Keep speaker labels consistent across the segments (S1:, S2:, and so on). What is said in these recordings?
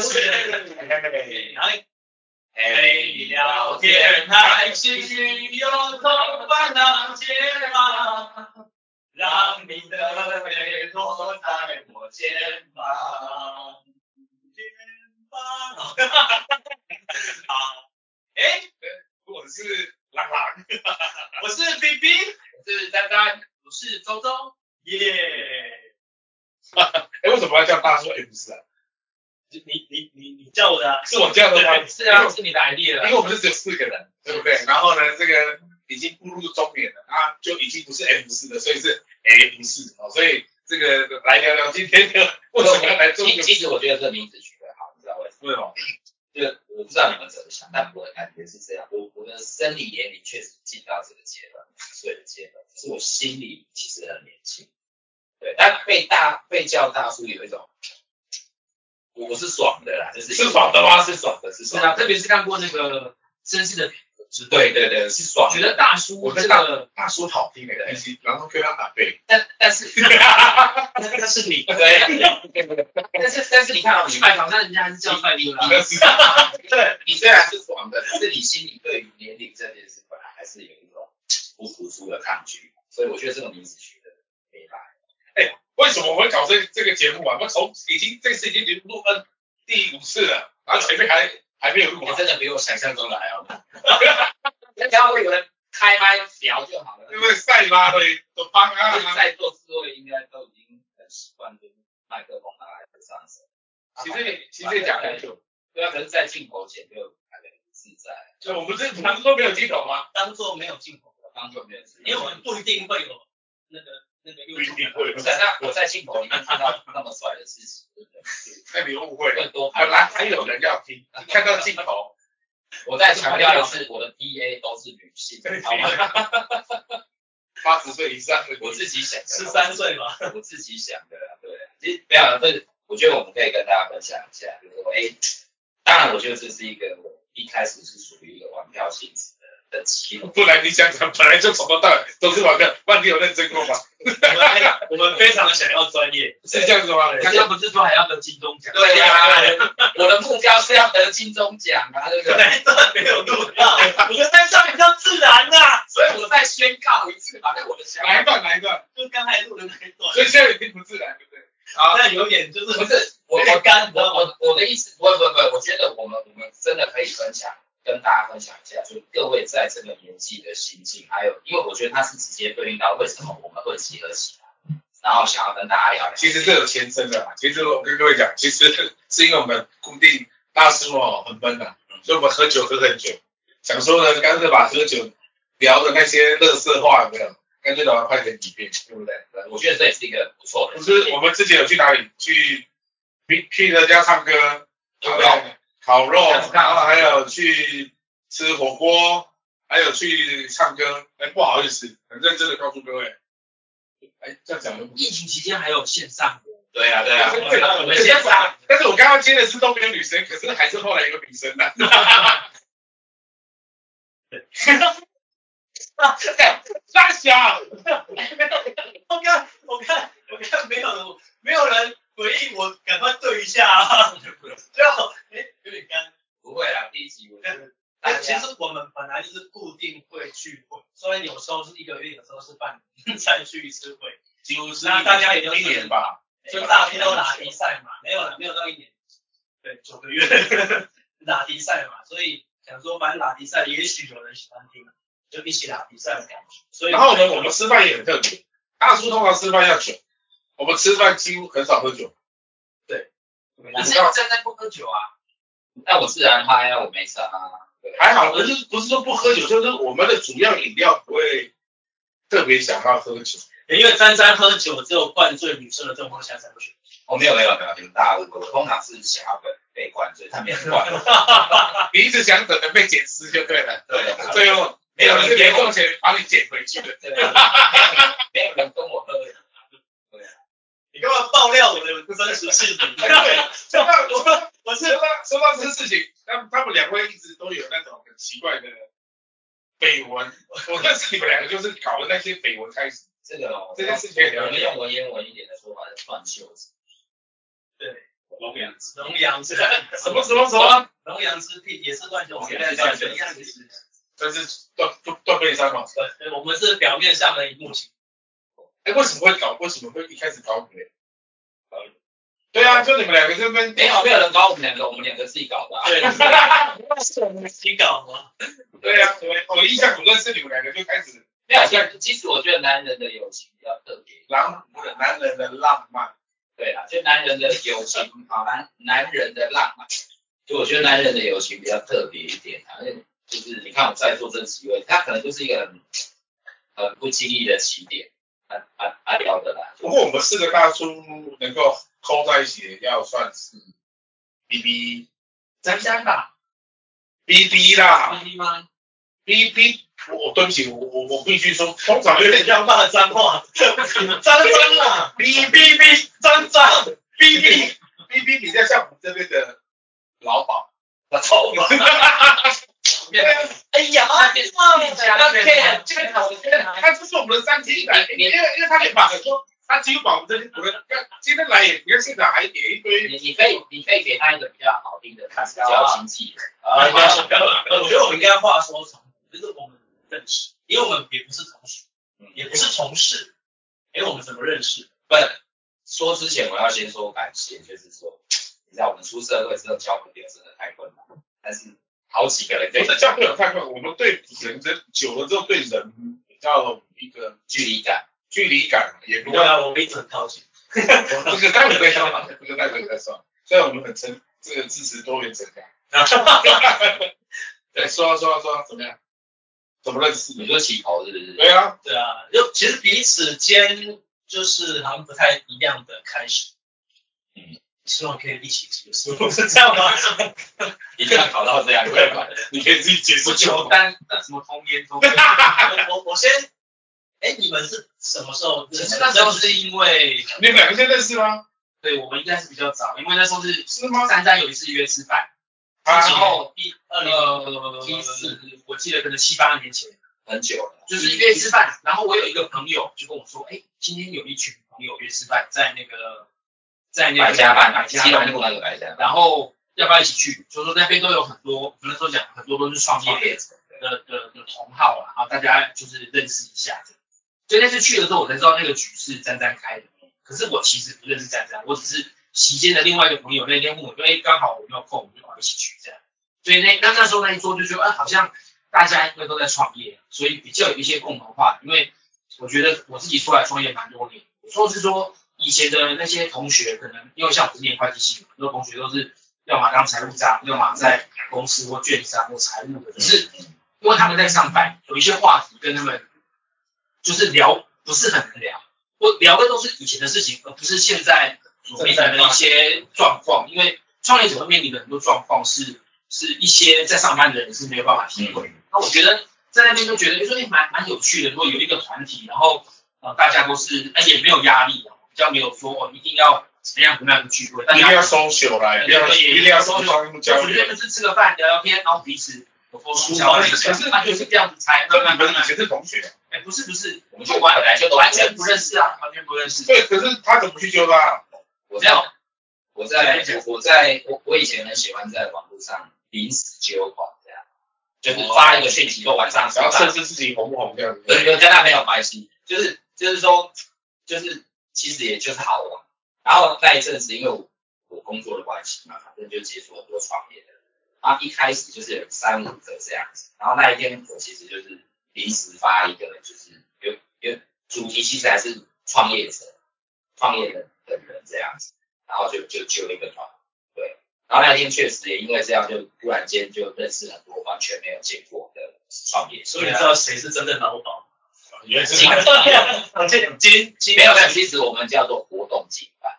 S1: 睡。陪你聊天，谈情有从烦恼解放，让你的泪落在我肩膀。肩膀，好，哎，
S2: 我是 朗朗，
S1: 我是 B B，
S3: 我是丹丹，我是周周，
S1: 耶，
S2: 哎，为什么要叫大叔？哎，不是啊，
S1: 你你你你叫我的啊，
S2: 是我叫的吗？
S3: 是啊，是你的 idea
S2: 因为我们是只有四个人，对不对？然后呢，这个已经步入中年了，啊，就已经不是 F 四了，所以是 M 四哦，所以这个来聊聊今天的为什么要来做这
S3: 其
S2: 个？
S3: 其实我觉得这个名字取得好，你知道为什么？
S2: 为什么？
S3: 就我不知道你们怎么想，但我的感觉是这样，我我的生理年龄确实进到这个阶段，岁的阶段，可是我心里其实很年轻。对，但被大被叫大叔有一种，我我是爽的啦，就是
S2: 是爽的吗
S3: 是爽的，是
S4: 是
S3: 爽的。
S4: 啊，特别是看过那个绅士的品格之后，
S3: 对对对，是
S4: 我
S3: 爽
S4: 觉
S3: 的。
S4: 得大叔
S2: 我在
S4: 这个，
S2: 大叔好听哎，以及然后跟他打背，
S3: 但但 是
S1: 那个是你，
S3: 啊对， 但是但是你看啊，
S4: 去
S3: 你
S4: 买早餐人家还是叫帅弟啦
S2: 你。的是
S1: 对，
S3: 你虽然是爽的，可是你心里对于年龄这件事本来还是有一种不服输的抗拒，所以我觉得这种名字取得没办法。
S2: 为什么我会搞这这个节目啊？我从已经这次已经录了第五次了，然后前面还还没有录啊
S3: 你
S2: 完，
S3: 真的比我想象中的还要难。你 只要有人开麦聊就好了，
S2: 因为赛拉的都帮啊，
S3: 就是在座四位应该都已经很习惯，就是麦克风拿来就上手。
S2: 其
S3: 啊
S2: 实也其实也讲很久，
S3: 对啊，可是，在镜头前就感觉不自在，
S2: 就我们这常都没有听懂吗？
S1: 当做没有进口，
S3: 当做没有自
S1: 因为我们不一定会有那个那个
S2: 不
S1: 又
S2: 一定会
S3: 我，在那我在镜头里面看到那么帅的事情，真的
S2: 那你误会了。
S3: 会多
S2: 本来还有人要听，看到镜头，
S3: 我再强调一次，我的 PA 都是女性，好吗？
S2: 八十岁以上的
S3: 我自己想的，
S1: 十三岁吧，
S3: 我自己想的啦，对啊。其实没有，这我觉得我们可以跟大家分享一下，就是说，哎，当然，我觉得这是一个我一开始是属于一个玩票性质的的期望。
S2: 不然你想想，本来就从头到尾都是玩票，那你有认真过吗？
S1: 我们还我们非常的想要专业，啊
S2: 是这样子吗？
S4: 刚刚不是说还要得金钟奖？
S3: 对呀、我的目标是要得金钟奖啊，对不
S1: 对
S3: 对？，
S1: 这没有录到，我们在上比较自然啊呐，
S3: 所以我再宣告一次，反正我的想法
S2: 来一段，来一段，
S1: 就刚才录的那一段
S2: 所，以现在已经不自然，对不对？
S3: 好
S1: 那有点就是
S3: 不是我
S1: 有点
S3: 我
S1: 干你知
S3: 我
S1: 道吗
S3: 我我的意思，不会不会不会，我觉得我们我们真的可以分享，跟大家分享一下，就各位在这个年纪的心境，还有因为我觉得它是直接对应到为什么我们会结合起来，然后想要跟大家聊聊。
S2: 其实这有前身的啦。其实我跟各位讲，其实是因为我们固定大叔哦很闷的，所以我们喝酒喝很久，想说呢，干脆把喝酒聊的那些乐色话有没有，干脆把它拍成影片，对不对？
S3: 我觉得这也是一个不错的
S2: 不是，我们之前有去哪里？去去去人家唱歌，烤肉，烤肉，然后还有去吃火锅，还有去唱歌。哎，不好意思，很认真的告诉各位，哎，这样讲又不
S4: 疫情期间还有线上，
S3: 对啊对啊，
S2: 对
S3: 我觉得我们
S2: 可是
S3: 现在
S2: 但是我刚刚接的是都没有女生，可是还是后来有女生的。 哎大小，
S1: 我看，我看，我看，没有人，没有人回应我，赶快对一下 啊！最后，哎，有点干。
S3: 不会啊，第一集我觉得大
S1: 但哎其
S3: 家
S1: 实我们本来就是固定会聚会，虽然有时候是一个月，有时候是半年才聚一次会，
S2: 几乎是
S1: 那大家也就
S2: 一年
S1: 是
S2: 吧，
S1: 就大批都打比赛嘛，没有了，没有到一年，对，九个月 打比赛嘛，所以想说反正打比赛，也许有人喜欢听，就一起打比赛的感觉。所以
S2: 然后呢，我们吃饭也很特别。大叔通常吃饭要酒，我们吃饭几乎很少喝酒。
S3: 我是要站在不喝酒啊，那我自然嗨啊，我没事啊，对
S2: 还好，不是不是说不喝酒，就是我们的主要饮料不会特别想要喝酒。
S1: 因为沾沾喝酒，只有灌醉女生的状况下才会去。
S3: 我没有没有没有，你们大误会，我通常是想要被被灌醉，他没有灌我，
S2: 你一直想等着被捡尸就对了，
S3: 对啊
S2: 最后
S3: 没
S2: 没
S3: 有
S2: 有人
S3: 人
S2: 是
S3: 给
S2: 连
S3: 我
S2: 送钱把你捡回去的。
S3: 对啊，没有人没有人跟我喝，
S1: 你干嘛爆料我的真实姓名？
S2: 说到说到
S1: 我是
S2: 说到说到这个事情，他们他们两位一直都有那种很奇怪的绯闻。我认识你们两个就是搞的那些绯闻开始，
S3: 这个哦，
S2: 这件事情
S3: 我们用文言文一点的说法是断袖子。
S1: 对，
S5: 龙阳之龙阳之
S2: 什么什么什么？
S5: 龙阳之癖也是断袖
S2: 龙
S5: 子，
S2: 阳之
S5: 断
S2: 癖
S5: 一样的意思。
S2: 但是断断断背山嘛。
S5: 对，我们是表面上的一幕情，
S2: 哎，为什么会搞？为什么会一开始搞你？对啊，就你们两个就跟啊
S3: 没有没有人搞我们两个，我们两个自己搞的啊、
S5: 对，你搞吗？
S2: 对啊，我我印象我认识你们两个就开始
S3: 没有，其实其实我觉得男人的友情比较特别。
S2: 狼男人的浪漫，
S3: 对啊啦，就男人的友情，好男男人的浪漫，就我觉得男人的友情比较特别一点啊，因为就是你看我在座这几位，他可能就是一个很很不经意的起点，啊啊啊聊的啦，
S2: 不过我们四个大叔能够抠在一起，要算是 B B
S1: 咱家吧，
S2: B B 啦
S1: 阿姨吗？
S2: ，B B。我对不起，我我我必须说，通常
S5: 有
S2: 有
S5: 点
S2: 点
S5: 像骂脏话，脏脏啊，
S2: B B B
S5: 脏脏，
S2: B B B B 比较像我们这边的劳保。
S3: 我操嘛，
S2: 对啊，
S5: 哎呀，
S3: 那可以这个
S2: 因为他就是我们的三级来，因为因为他也把很多，他几乎把我们这些主任，今天来也，你看现场还点一堆
S3: 你你可以你可以给他一个比较好听的，他是叫经纪人，
S5: 啊，我觉得我们应该话说从，就是我们认识，因为我们也不是同学，也不是同事，哎，我们怎么认识？
S3: 不说之前我要先说感谢，就是说，你知道我们出社会之后交朋友真的太困难了，但是好几个人
S2: 不
S3: 跟你
S2: 是交朋友太快，我们对人人久了之后对人比较有一个
S3: 距离感。
S2: 距离感，也比
S5: 对
S2: 较
S5: 啊，我们一直很靠近，
S2: 这个待会再说嘛，这个待会再说。虽然我们很成这个支持多元成长，对，说啊说啊说啊，怎么样？怎么认识
S3: 你
S2: 的？
S3: 说起头是不是？
S2: 对啊，
S5: 对啊，就其实彼此间就是好像不太一样的开始，
S3: 嗯，
S5: 希望可以一起结束，是这样吗？
S3: 一定要搞到这样，对吧？
S2: 你可以自己解释
S1: 不求单，那什么风烟风烟。
S5: 我我我先，哎，你们是什么时候
S1: 其
S5: 认
S1: 实
S5: 识？
S1: 那时候是因为，
S2: 你们两个先认识吗？
S1: 对我们应该是比较早，因为那时候是
S2: 是吗？
S1: 珊珊有一次约吃饭，
S2: 啊
S1: 然后一
S5: 二零
S1: 呃一四，我记得可能七八年前，
S3: 很久了，
S1: 就是约吃饭，然后我有一个朋友就跟我说，哎，今天有一群朋友约吃饭，在那个在那个
S3: 百家办，
S1: 百家
S3: 基隆
S1: 办
S3: 路那个百家办，
S1: 然后要不要一起去？就说那边都有很多，我们那时候讲很多都是创业
S3: 业者，
S1: 的的的同好啦，然后大家就是认识一下这样。所以那次去的时候，我才知道那个局是詹詹开的。可是我其实不认识詹詹，我只是席间的另外一个朋友那天问我说：“哎，刚好我没有空，我们就一起去这样。”所以那那那时候那一桌就觉得，哎、好像大家因为都在创业，所以比较有一些共同话。因为我觉得我自己出来创业蛮多年，说是说以前的那些同学，可能因为像我是念会计系，很多同学都是要么当财务长，要么在公司或券商或财务的，可是。因为他们在上班，有一些话题跟他们就是聊不是很能聊，我聊的都是以前的事情，而不是现在所面临的一些状况。因为创业者会面临的很多状况是是一些在上班的人是没有办法体会的。那我觉得在那边就觉得，就说哎，蛮蛮有趣的。如果有一个团体，然后呃大家都是，而且没有压力，比较没有说哦一定要怎么样怎么样的聚会，大
S2: 一
S1: 家
S2: 定要 social 啦，一定要一定要双方交
S1: 就随
S2: 流
S1: 便。就是吃个饭聊聊天，然后彼此有沟通交流一下。
S2: 可是
S1: 他就是这样子才慢
S2: 那
S1: 慢
S2: 你们
S1: 慢
S2: 以
S1: 慢。
S2: 前是同学，
S1: 哎，不是不是，
S3: 我们就本来就都
S1: 完全不认。识啊，完全不认识。
S2: 对，可是他怎么去揪他？
S3: 我在我在我在我我以前很喜欢在网络上临时揪团这样，就是发一个讯息，说晚上
S2: 然后
S3: 吃
S2: 甚
S3: 饭
S2: 至自己红不红这样子。
S3: 对，跟跟他没有关系，就是就是说，就是其实也就是好玩。然后那一阵子，因为我我工作的关系嘛，反正就接触很多创业的。然后一开始就是有三五个这样子，然后那一天我其实就是临时发一个，就是有有主题其实还是创业者、创业的的人这样子，然后就就揪一个团，对。然后那一天确实也因为这样，就突然间就认识很多完全没有见过的创业者。
S5: 所以
S1: 啊
S5: 你知道谁是真正劳保？
S2: 原来是
S3: 金
S2: 他
S5: 金金金
S3: 没有，但其实我们叫做活动经办，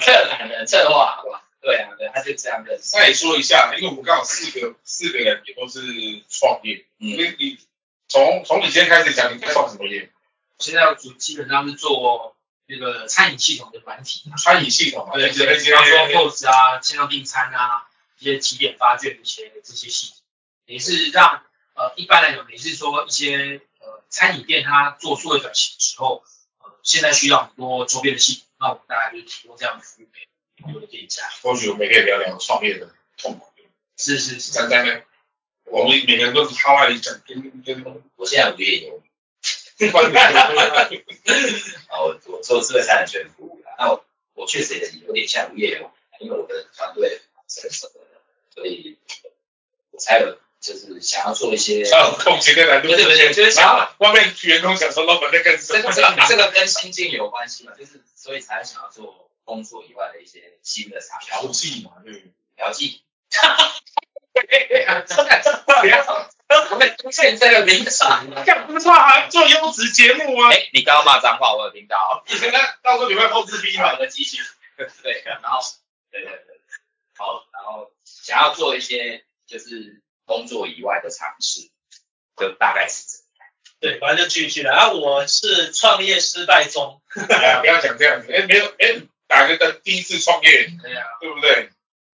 S3: 策展人策划，好吧？对啊，对，他就这样认识。
S2: 那也说一下，因为我们刚好四个四个人也都是创业，因
S3: 嗯，
S2: 为你从从你先开始讲，你在创什么业？
S1: 现在主基本上是做那个餐饮系统的软体，
S2: 餐饮系统嘛，
S1: 对，
S2: 而且
S1: 对，
S2: 而
S1: 比
S2: 且
S1: 方说 POS 啊、线上订餐啊、一些几点发券的一些这些系统，也是让呃一般来讲，也是说一些呃餐饮店它做数位转型之后，呃现在需要很多周边的系统，那我们大概就提供这样的服务给
S4: 有一点假。
S2: 或许我们也可以聊聊创业的痛苦。
S4: 是是是，
S2: 站在我们每个人都是超爱讲跟跟
S3: 我现在无业游民
S2: 观点，
S3: 啊，我我做智慧财产权服务啦。那我我确实也有点像无业游民，因为我的团队成熟的，所以我才有就是想要做一些。
S2: 还有空闲的难度
S3: 不。是不是，就是想
S2: 然
S3: 要
S2: 后外面员工想说老板在干什
S3: 这
S2: 么
S3: 个？这个这个跟心境有关系嘛，就是所以才想要做工作以外的一些新的尝试。
S2: 调剂嘛，
S3: 嗯，调剂。
S2: 不要
S3: 我们出现这个名词。
S2: 干不错啊，做优质节目啊。
S3: 哎，你刚刚骂脏话，我有听到。
S2: 以前那到时候你会后置逼嘛？
S3: 的继 续。对，然后对对对，好，然后想要做一些就是工作以外的尝试，就大概是这样。
S1: 对，反正就继续了。然后我是创业失败中，
S2: 哎，不要讲这样子。哎，没有，哎，打个灯，第一次创业，
S4: 对啊，
S2: 对不对？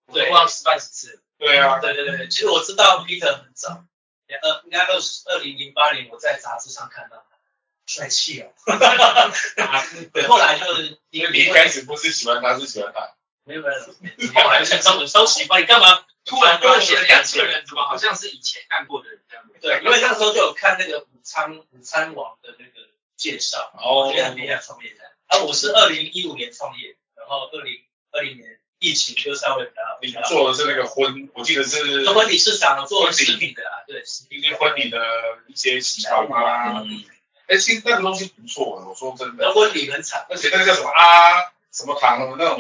S4: 我都不知道失败几次了。
S2: 对啊，
S1: 对对对，其实我知道 Peter 很早，呃，应该二十二零零八年我在杂志上看到他，帅气哦。 对，啊后来就是
S2: 因
S1: 因
S2: 为
S1: 为
S2: 你一开始不是喜欢他，是喜欢他。
S1: 没有没有，
S4: 后来想找收喜欢，你干嘛突然发现两个人怎么好像是以前看过的人这样？
S1: 对，因为那时候就有看那个午餐午餐王的那个介绍，我
S2: 哦
S1: 觉得很厉害创业家。啊，我是二零一五年创业，然后二零二零年疫情就稍微比较
S2: 你
S1: 比较。
S2: 做的是那个婚，我记得是
S1: 中婚礼市场做食品的啦，对，食
S2: 一
S1: 品
S2: 些婚礼的一些喜好啊。
S3: 嗯，
S2: 哎，其实那个东西不错，啊我说真的
S1: 的。婚礼很惨
S2: 而且那个叫什么啊什么糖那种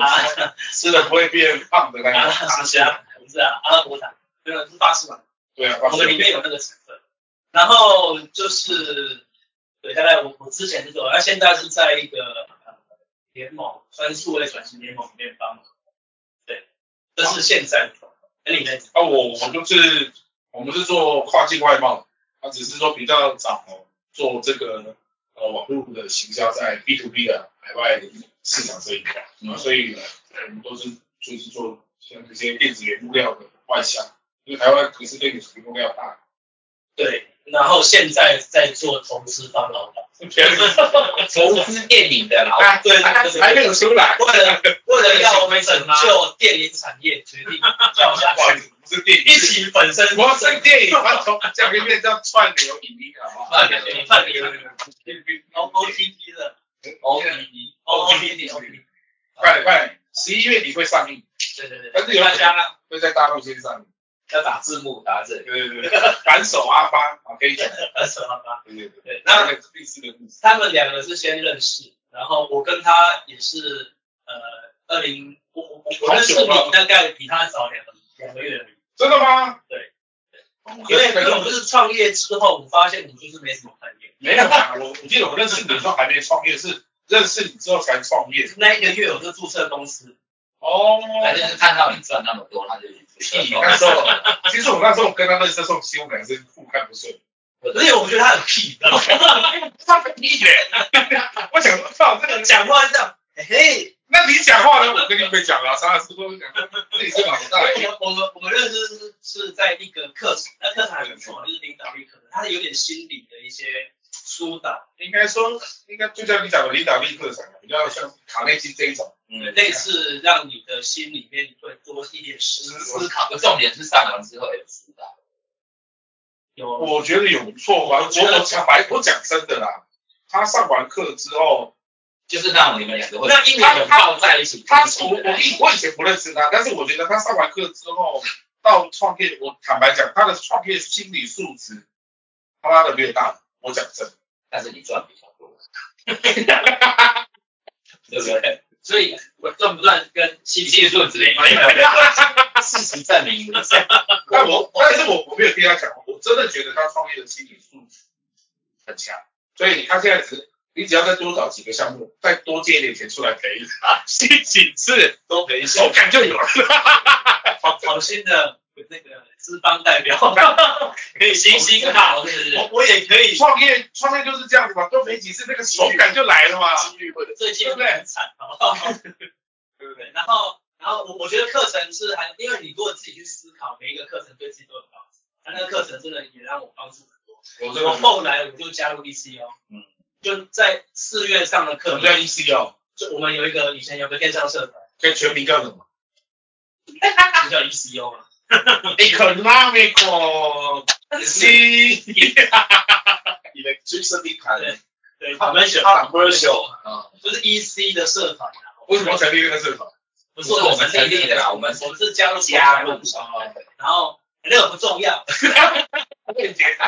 S2: 吃了不会变胖的那
S1: 啊，
S2: 个，
S1: 是虾，不是啊，阿拉伯糖，没有是巴士嘛，
S2: 对啊，
S1: 我们里面有那个成分。然后就是，对，大概我我之前是做，那现在是在一个呃联盟，算是数位转型联盟里面帮忙，对，这是现在的状况。那你呢？
S2: 啊，我我就是我们是做跨境外贸，啊，只是说比较早做这个呃网络的行销，在 B to B 的海外市场这一块，啊，所以我们都是就是做像这些电子原物料的外销，因为台湾可是对原物料大，
S1: 对，然后现在在做投资方老板，
S2: 全是
S3: 投资电影的老
S2: 啊，
S1: 对，
S2: 还没有出来，
S1: 为了为了要拯救电影产业，决定跳下
S2: 不好意
S1: 去，
S2: 思，不是电影
S1: 一。起本身
S2: 我要上电影，把从讲一遍叫串流影音，好不好？
S1: 串流串流 O O T T 的
S3: O P D，
S1: O O T T O P，
S2: 快点快点，十一月底会上映，
S1: 对对对，
S2: 但是有
S1: 大
S2: 大
S1: 家
S2: 家会在大陆先上映。
S3: 要打字幕，打字
S2: 对对对，反手阿发，好可以讲。
S1: 很扯好吧？
S2: 对对对，
S1: 对，
S2: 那
S1: 那
S2: 个第四个故事，
S1: 他们两个是先认识，然后我跟他也是呃二零，我我我我认识你大概比他早两个两个月而已。
S2: 真的吗？
S1: 对因
S2: 因
S1: 为
S2: 为
S1: 因为我们是创业之后，我发现你就是没什么朋友。
S2: 没有啊，我我记得我认识你的时候还没创业，是认识你之后才创业。
S1: 那一个月我就注册公司，
S2: 哦，
S3: 反正是看到你赚那么多，他就去
S2: 屁！那时候，其实我那时候跟他认识的时候，其实我们俩是互看不顺。
S1: 而且我觉得他很屁，
S2: 他很一人， 我想说，操，这个
S1: 讲话是这样，嘿嘿。
S2: 那你讲话呢？我跟你们讲了，沙老师都讲说自己是老大。
S1: 因为我们我们认识是是在一个课程，那课程还不错，就是领导力课程，它有点心理的一些疏导，
S2: 应该说，应该就像你讲的领导力特长，比较像卡内基这一种。
S3: 嗯，
S1: 类似让你的心里面会多一点思思考。
S3: 我重点是上完之后有知道，
S1: 有
S2: 我觉得有不错吧。我我讲白，我讲真的啦，他上完课之后，
S3: 就是让你们两个会
S1: 那因为
S3: 很抱在一起。
S2: 他我我以我以前不认识他，但是我觉得他上完课之后到创业，我坦白讲，他的创业心理素质，他妈的没有大。我讲真的，
S3: 但是你赚比较多， 对不对？
S4: 所以我赚不赚跟
S3: 技
S4: 心
S3: 技
S4: 技
S3: 术
S4: 术
S3: 之
S4: 之
S3: 类
S4: 类
S3: 的
S4: 的。
S3: 事实证明你是
S2: 但我但是我我没有听他讲，我真的觉得他创业的心理素质很强，所以他现在只你只要再多找几个项目，再多借一点钱出来赔他， 心几次
S1: 都没
S2: 手感就有了。
S1: 好好心的那个资方代表， 可以
S4: 行行好，是不是？
S1: 我我也可以。
S2: 创业创业就是这样子嘛，多赔几次那个手感就来了嘛，
S1: 最近很惨，好不好？
S2: 对不对？
S1: 对，然后然后我我觉得课程是还，因为你如果自己去思考，每一个课程对自己都有帮助。他那个课程真的也让我帮助很多。
S2: 我这
S1: 我
S2: 个
S1: 后来我就加入 E ECO，
S3: 嗯
S1: 哦就在四月上的
S2: 什
S1: 课
S2: 么，叫 EC 哦？
S1: 就我们有一个以前有个电商社团，E
S2: 这全名叫什么
S4: 就叫
S1: 哦
S4: ECO 嘛。
S2: ？Economical C Electricity
S1: 对
S2: Panel。
S1: 对，commercial commercial
S3: 啊，
S1: 就是 EC 的社团啊，
S2: 为什么成立这个社团？
S1: 不
S3: 不
S1: 是
S3: 是
S1: 我
S3: 我们
S1: 们
S3: 内
S1: 成
S3: 地
S1: 立的
S3: 的啦，
S1: 啦，
S3: 我们
S1: 我们是加入
S3: 加
S1: 加
S3: 入
S1: 入，
S3: 商
S1: 然后那个不重要，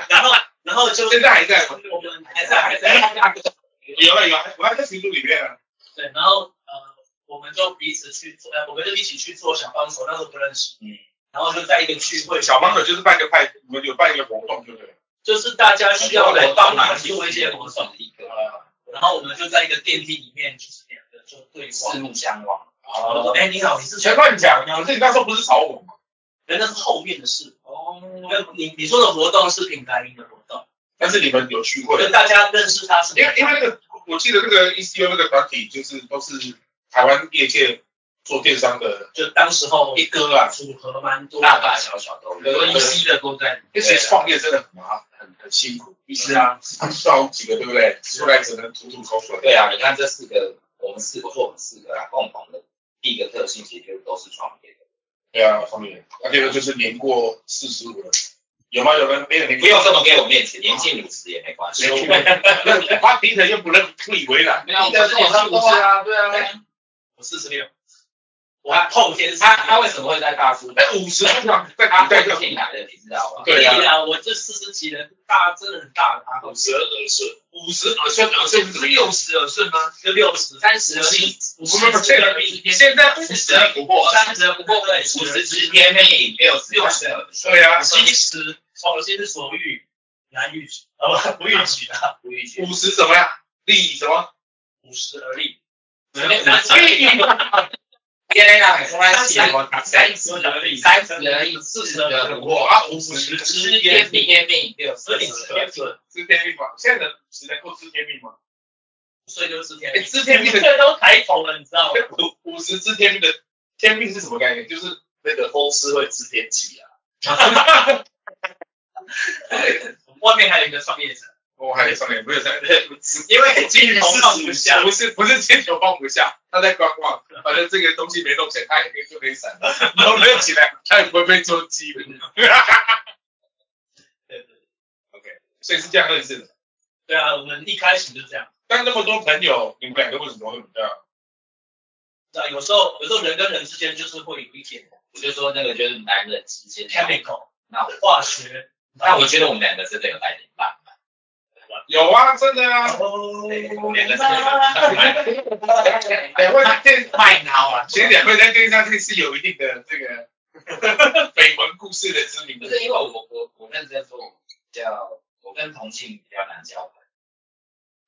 S1: 然后然后就
S2: 现在还在吗？
S1: 我们还在还在。
S2: 有了有了，我还在群组里面啊。
S1: 对，然后呃，我们就彼此去做，呃，我们就一起去做小帮手，那时候不认识，
S3: 嗯，
S1: 然后就在一个聚会，
S2: 小帮手就是办个派，我们有办一个活动，对不对？
S1: 就是大家需要来帮忙
S3: 因
S1: 做
S3: 为
S1: 一些活动，
S3: 一个
S1: 呃，然后我们就在一个电梯里面，就是两个就对话
S3: 四，目相望，
S1: 然后说，哎，你好，你是
S2: 全乱讲，可是你那时候不是吵我吗？
S1: 人那是后面的事哦，那你你说的活动是品牌营的活动，
S2: 但是你们有聚会
S1: 就，大家认识他是
S2: 因为因为那个我记得那个 ECU 那个团体就是都是台湾业界做电商的
S1: 就当时候
S2: 一哥啊，
S1: 组合蛮多的，
S3: 大大小小都
S4: 很
S3: 有 E
S4: 多。EC 的都在
S2: 因为其实创业真的很麻烦，很很辛苦，一
S4: 是
S2: 直
S4: 啊，
S2: 好几个，对不对？出来只能吐吐口水。
S3: 对啊，你看这四个，我们四个或我们四个啊，共同的第一个特性其实就是都是创业的。
S2: 对啊，方面，那这个就是年过四十五了，有吗？有人没有？你
S3: 你不用这么给我面子，年近五十也没关系。
S2: 没去过，那他平常又不认不以为然。
S4: 没有，我们是年纪五十啊，对啊，
S1: 我四十六，我还碰天
S3: 他
S1: 杀，
S3: 他为什么会在大叔？
S2: 哎，五十通常在
S3: 他
S2: 他在
S3: 会
S2: 这
S3: 进来的，你知道吧？
S2: 对啊
S1: 可以啦，哎我这四十几人大真的很大了，
S2: 五十耳顺，五十耳顺耳顺是什么意思？
S4: 十耳顺吗？
S1: 就六十，
S4: 三十而立，
S2: 我们现在现在五十而不惑。
S4: 三十而不惑，
S1: 对
S3: 五十知天命，六十
S4: 六十
S2: 对啊，
S1: 七十所心所欲难逾矩，啊不不逾矩啊，
S3: 不逾矩。
S2: 五十怎么样？立什么？
S1: 五十而立，
S3: 今天让你出来写我三
S1: 三
S3: 十
S1: 十而立，
S3: 三十而已，
S1: 四
S3: 四
S1: 十
S3: 十
S1: 而
S3: 而
S1: 立，
S3: 不
S2: 我
S3: 惑。
S2: 啊，五
S1: 五
S2: 十
S1: 十
S2: 知
S1: 知
S3: 天
S1: 天
S3: 命
S1: 命，
S3: 天命，六十
S1: 所以你
S3: 而
S1: 是
S3: 立
S1: 天准，
S2: 知天命吗？现在的只能够知天命吗？
S1: 所以就是天
S2: 哎，
S1: 命，
S2: 知天命
S1: 这
S2: 的
S1: 个都抬头了，你知道吗？
S2: 五五十知天命的天命是什么概念？就是那个风湿会知天气啊。
S1: 外面还有一个创业者，
S2: 我还有上面不是在
S1: 因为金融放
S2: 不
S1: 不
S2: 下，
S1: 下，
S2: 不是不是铅球放不下，他在观望，反正这个东西没弄起来，他也可以就可以闪，弄了起来，他也不会被捉鸡的。
S1: 对对对
S2: 所以是这样认识的。
S1: 对啊，我们一开始就这样，
S2: 但那么多朋友，你们两个为什么会比较？
S1: 对啊，有时候有时候人跟人之间就是会有一点
S3: 我就说那个就是男人之间的
S1: chemical
S3: 那我
S1: 化学，
S3: 但我觉得我们两个真的有带点浪漫。
S2: 有啊，真的啊，
S1: 哦，
S3: 我们两个真的有浪漫。
S2: 两位在电，
S3: 卖脑啊
S2: 其实两位在电视上是有一定的这 个绯闻故事的知名
S3: 不
S2: 的。
S3: 是因为我我我认真说，我比较我跟同性比较难交朋友，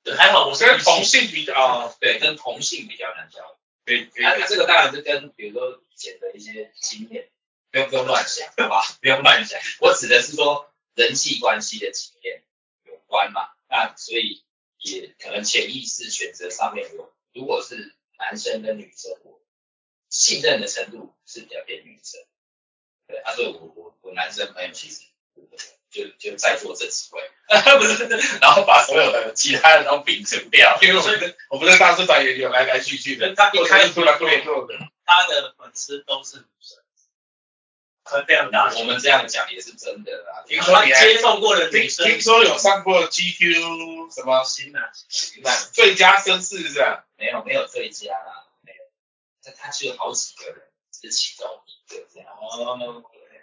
S1: 对，还好我
S2: 我
S1: 是
S2: 跟
S1: 异性
S2: 同性比较啊，
S3: 对，跟同性比较难交朋友。
S2: 可以可以
S3: 那、啊这个当然是跟比如说以前的一些经验，不用不用乱想，好吧？不用乱想，我指的是说人际关系的经验有关嘛。那所以也可能潜意识选择上面有，如果是男生跟女生，我信任的程度是比较偏女生。对，啊，所以我我我男生朋友其实就就在座这几位，不是，然后把所有的其他人都摒除掉。
S2: 因为我们的我们的大师团也有来来去去的，
S1: 他一开始
S2: 出来不联络的。
S1: 他的粉丝都是女生，很非常大。
S3: 我们这样讲也是真的啦，
S2: 听说
S1: 他
S2: 你还
S1: 接送过的
S2: 听
S1: 女生，
S2: 听说有上过 GQ 什么
S1: 行啊，
S3: 那
S2: 最佳绅士是 吧？
S3: 没有没有最佳啦，没有，这他就有好几个人，只是其中一个这样。
S1: 哦，
S3: 对啊，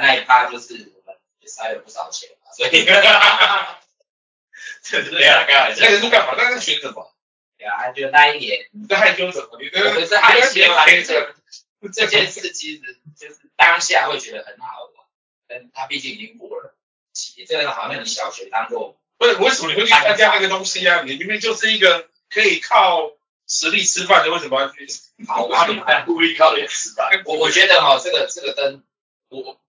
S3: 那一趴就是我们也塞了不少钱嘛，所以
S1: 这
S3: 没有啦，开玩笑
S2: 那。个是干嘛？那个选什么？
S3: 对啊，就那一年，
S2: 你在害羞什么？你在
S3: 我们是害羞啊，
S2: 你在
S3: 这个这件事其实就是当下会觉得很好玩，但他毕竟已经过了几年，这个好像你小学当过
S2: 不是为什么你会去参加那个东西啊？你明明就是一个可以靠实力吃饭的，为什么要去？
S3: 好玩的
S2: 还故意靠脸吃饭？
S3: 我我觉得哈、这个这个跟我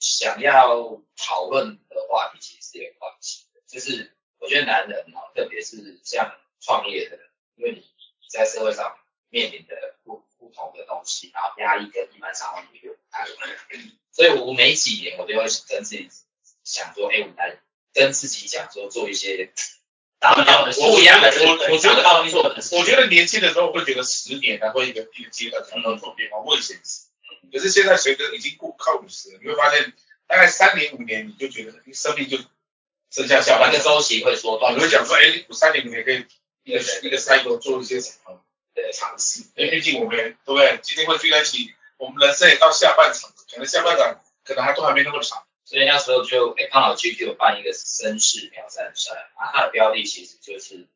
S3: 想要讨论的话题其实是有关系的，就是我觉得男人哈、特别是像创业的人，因为你你在社会上面临的不不同的东西，然后压力跟一般上班族又不太一样，所以我每几年我都会跟自己想说，哎，我来跟自己讲说做一些
S1: 达到的
S2: 我
S3: 不一样的是，
S2: 我我觉得
S3: 达到做的是
S2: 我觉得年轻的时候会觉得十年才会一个一个阶段才能做变化，我以前是。可是现在随着已经过靠五十，你会发现大概三年五年，你就觉得生命就剩下下
S3: 小
S2: 半
S3: 半
S2: 年
S3: 个。周期会缩短
S2: 你。会想说，哎，我三年五年可以一个
S3: 对
S2: 一个 cycle 做一些什么
S3: 对
S2: 尝试？因为毕竟我们对不对？今天会聚在一起，我们人生也到下半场，可能下半场可能还都还没那么长。
S3: 所以那时候就哎，刚好 GQ 有办一个绅士挑战赛，啊，它的标的其实就是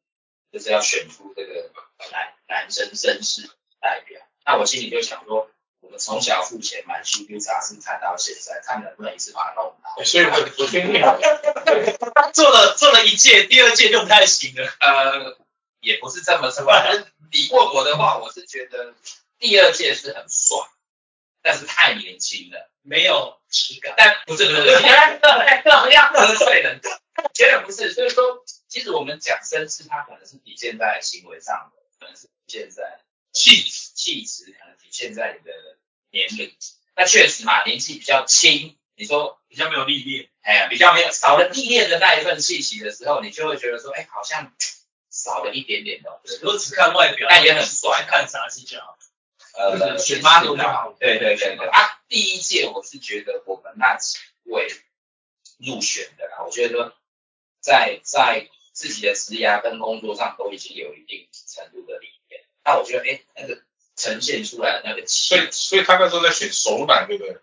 S3: 就是要选出这个男男生绅士代表。那我心里就想说，我们从小付钱买 GQ 杂志看到现在，看能不能一次把它弄好。
S2: 所以我我觉得
S1: 他做了做了一届，第二届就不太行了。
S3: 呃，也不是这么说，反正你问我的话，我是觉得第二届是很帅，但是太年轻了。
S1: 没有质感。
S3: 但不是不是，不是不要喝醉了，绝对不是。所以说，其实我们讲绅士，它可能是体现在行为上的，可能是体现在气质气质，可能体现在你的年龄。那确实嘛，年纪比较轻，你说
S4: 比较没有历练，
S3: 哎呀，比较没有少了历练的那一份气息的时候，你就会觉得说，哎，好像少了一点点东西。
S1: 我只看外表，
S3: 但也很帅
S1: 看杂志就好。
S3: 呃，
S4: 就是选妈都就好。
S3: 对对对对啊！第一届我是觉得我们那几位入选的啦，我觉得在在自己的职涯跟工作上都已经有一定程度的历练。那我觉得，哎，那个呈现出来的那个气
S2: 所以所以他那时候在选首奶，对不对？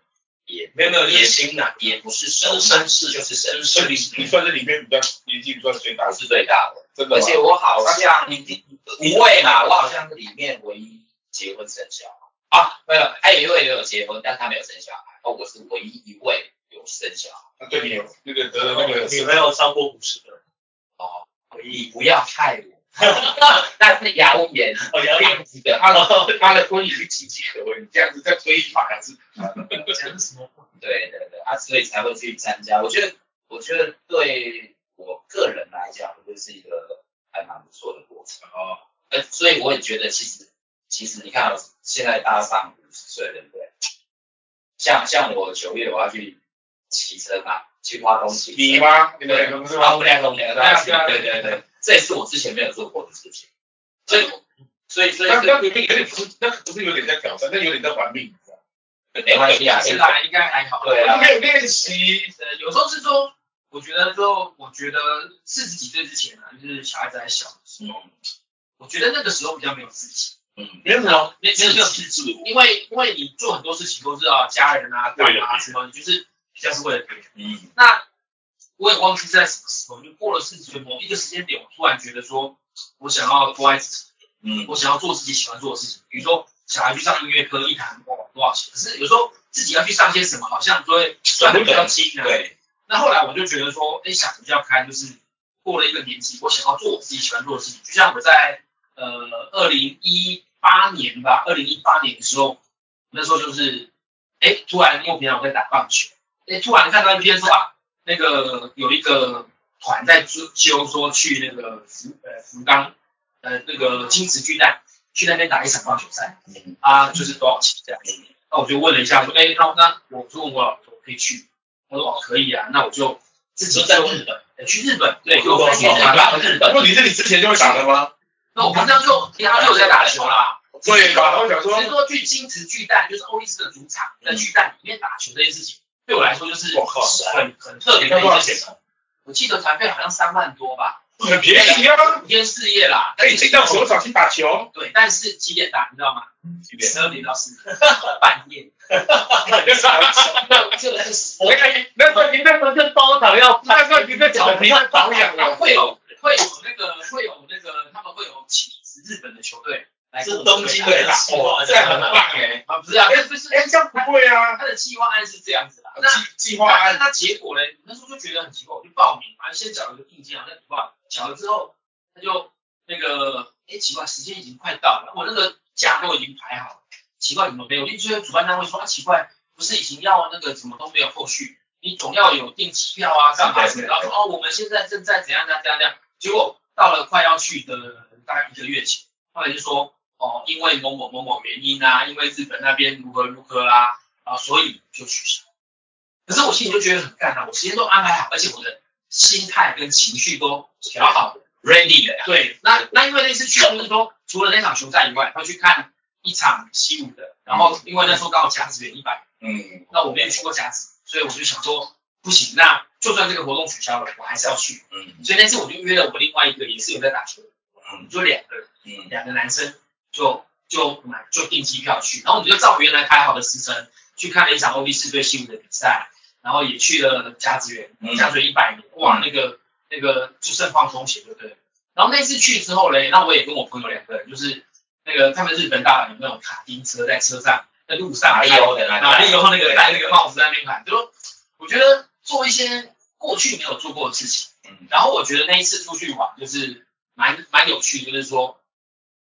S3: 也
S1: 没有没有，
S3: 也啊
S1: 也行啦。
S3: 也不是绅
S1: 绅士
S3: 就是绅
S2: 所以
S3: 士，
S2: 你你算是里面比较年纪比较最大
S3: 我，是最大的，
S2: 真的
S3: 而
S2: 吗？
S3: 且我好像不会嘛，我好像是里面唯一结婚生小孩啊，没有，还有一位也有结婚，但他没有生小孩，哦，我是唯一一位有生小孩。
S2: 他啊对你有那个得那个
S1: 女朋友超过五十的，
S3: 哦，你不要害我，那是谣言，
S1: 哦，杨颖，
S3: 是的，
S2: 他的他的婚姻是岌岌可危，你这样子再推一把还是
S1: 讲什么？
S3: 对对对，啊，所以才会去参加。我觉得，我觉得对我个人来讲，我觉得是一个还蛮不错的过程。
S2: 哦，
S3: 呃，所以我也觉得，其实其实你看啊，现在大家上五十岁，对不对？像像我九月我要去骑车嘛，去花东骑车。
S2: 你吗？你们
S3: 对，
S2: 两个不是
S3: 然后
S2: 吗？
S3: 我们两个我们两个都
S2: 对
S3: 要
S2: 啊
S3: 去，
S2: 对啊
S3: 对对对，这也是我之前没有做过的事情，所以我所以所以
S2: 那
S3: 这
S2: 那里面有点不是，那不是有点在挑战，那有点在玩命。
S3: 没关系啊，
S4: 是
S3: 现
S4: 啦
S3: 在，
S4: 应该还好。
S3: 对啊
S2: 没有练习，
S4: 呃，有时候是说，我觉得说，我觉得四十几岁之前啊，就是小孩子还小的时候，
S3: 嗯
S4: 我觉得那个时候比较没有自己，
S3: 嗯，
S2: 没有什么
S4: 哦没没有没有自己，因为因为你做很多事情都是啊家人啊干
S2: 为了别
S4: 嘛啊
S2: 人
S4: 什么，你就是比较是为了别人。
S3: 嗯
S4: 那我也忘记在什么时候，就过了四十岁某一个时间点，我突然觉得说，我想要多爱自己。
S3: 嗯
S4: 我想要做自己喜欢做的事情，比如说小孩去上音乐课一堂哇多少钱，可是有时候自己要去上些什么，好像就会算的比较轻啊。，
S3: 对，
S4: 那后来我就觉得说，哎，想得比较开，就是过了一个年纪，我想要做我自己喜欢做的事情，就像我在呃二零一八年吧，二零一八年的时候，那时候就是哎突然因为平常我在打棒球，哎突然看到一篇说啊那个有一个团在追揪说去那个福呃福冈呃那个金池巨蛋去那边打一场棒球赛
S3: 嗯
S4: 啊，就是多少钱这样子。那我就问了一下，说，哎，那那我就问我老婆可以去吗他说哦可以啊，那我就自己
S1: 说在日
S4: 本，呃去日本，对，我
S1: 我懂
S4: 飞去日本
S1: 懂
S4: 打日本。
S2: 问题啊是你之前就会打的吗？
S4: 那我平常就平常就有在打球啦，
S2: 对吧？我想
S4: 只是
S2: 说，嗯
S4: 说去金池巨蛋，就是欧力士的主场，在巨蛋里面打球这件事情，对我来说就是
S2: 我靠
S4: 很很特别
S2: 你
S4: 的
S2: 看
S4: 一
S2: 多少
S4: 件
S2: 钱啊
S4: 事？情。我记得团费好像三万多吧，
S2: 很便宜啊，
S4: 五天四夜啦，
S2: 可以进到球场去打球。
S4: 对，但是几点打你知道吗？
S2: 几
S4: 十二点到四点，半夜。
S3: 这个是
S2: 我看那时候你那时候就包场要，那时候你在草坪上保养
S4: 然后
S2: 了。
S4: 会有会有那个会有那个他们会有七支日本的球队来跟
S1: 是
S4: 我们
S1: 东京
S4: 对
S1: 的
S4: 打
S1: 打
S2: 哦，这样很棒哎。
S4: 啊，不是啊，不是
S2: 哎，这样不会啊。
S4: 他的计划案是这样子啦。那
S2: 计计划
S4: 那
S2: 案
S4: 那结果呢？那时候就觉得很奇怪，我就报名嘛，先缴了个定金，然后再不报，缴了之后他就那个，哎，奇怪，时间已经快到了，我那个假都已经排好了，奇怪怎么没有？因为就是主办单位说啊，奇怪，不是已经要那个怎么都没有后续，你总要有订机票啊，干嘛什么的？然后说哦，我们现在正在怎样怎样怎样怎样，结果到了快要去的大概一个月前，后来就说哦，因为某某某某原因啊，因为日本那边如何如何啦、啊，啊，所以就取消。可是我心里就觉得很干啊，我时间都安排好，而且我的心态跟情绪都调好了，
S3: ready 的呀。
S4: 对，那那因为那次去就是说，除了那场球赛以外，他去看一场西武的，然后因为那时候刚好甲子园一百，
S3: 嗯
S4: 那我没有去过甲子，所以我就想说，不行，那就算这个活动取消了，我还是要去。
S3: 嗯
S4: 所以那次我就约了我另外一个也是有在打球的，我
S3: 嗯
S4: 们就两个人，
S3: 嗯
S4: 两个男生就就买就订机票去，然后我们就照原来开好的时辰去看了一场欧力士对西武的比赛，然后也去了甲子园，
S3: 嗯
S4: 下水一百米，哇，那个那个就盛况空前，对不对？然后那次去之后嘞，那我也跟我朋友两个人，就是那个他们日本大阪有那种卡丁车在车上，在路上
S3: 马里奥的那个
S4: 马里奥那个戴那个帽子在那边喊，就我觉得做一些过去没有做过的事情。
S3: 嗯
S4: 然后我觉得那一次出去玩就是蛮蛮有趣，就是说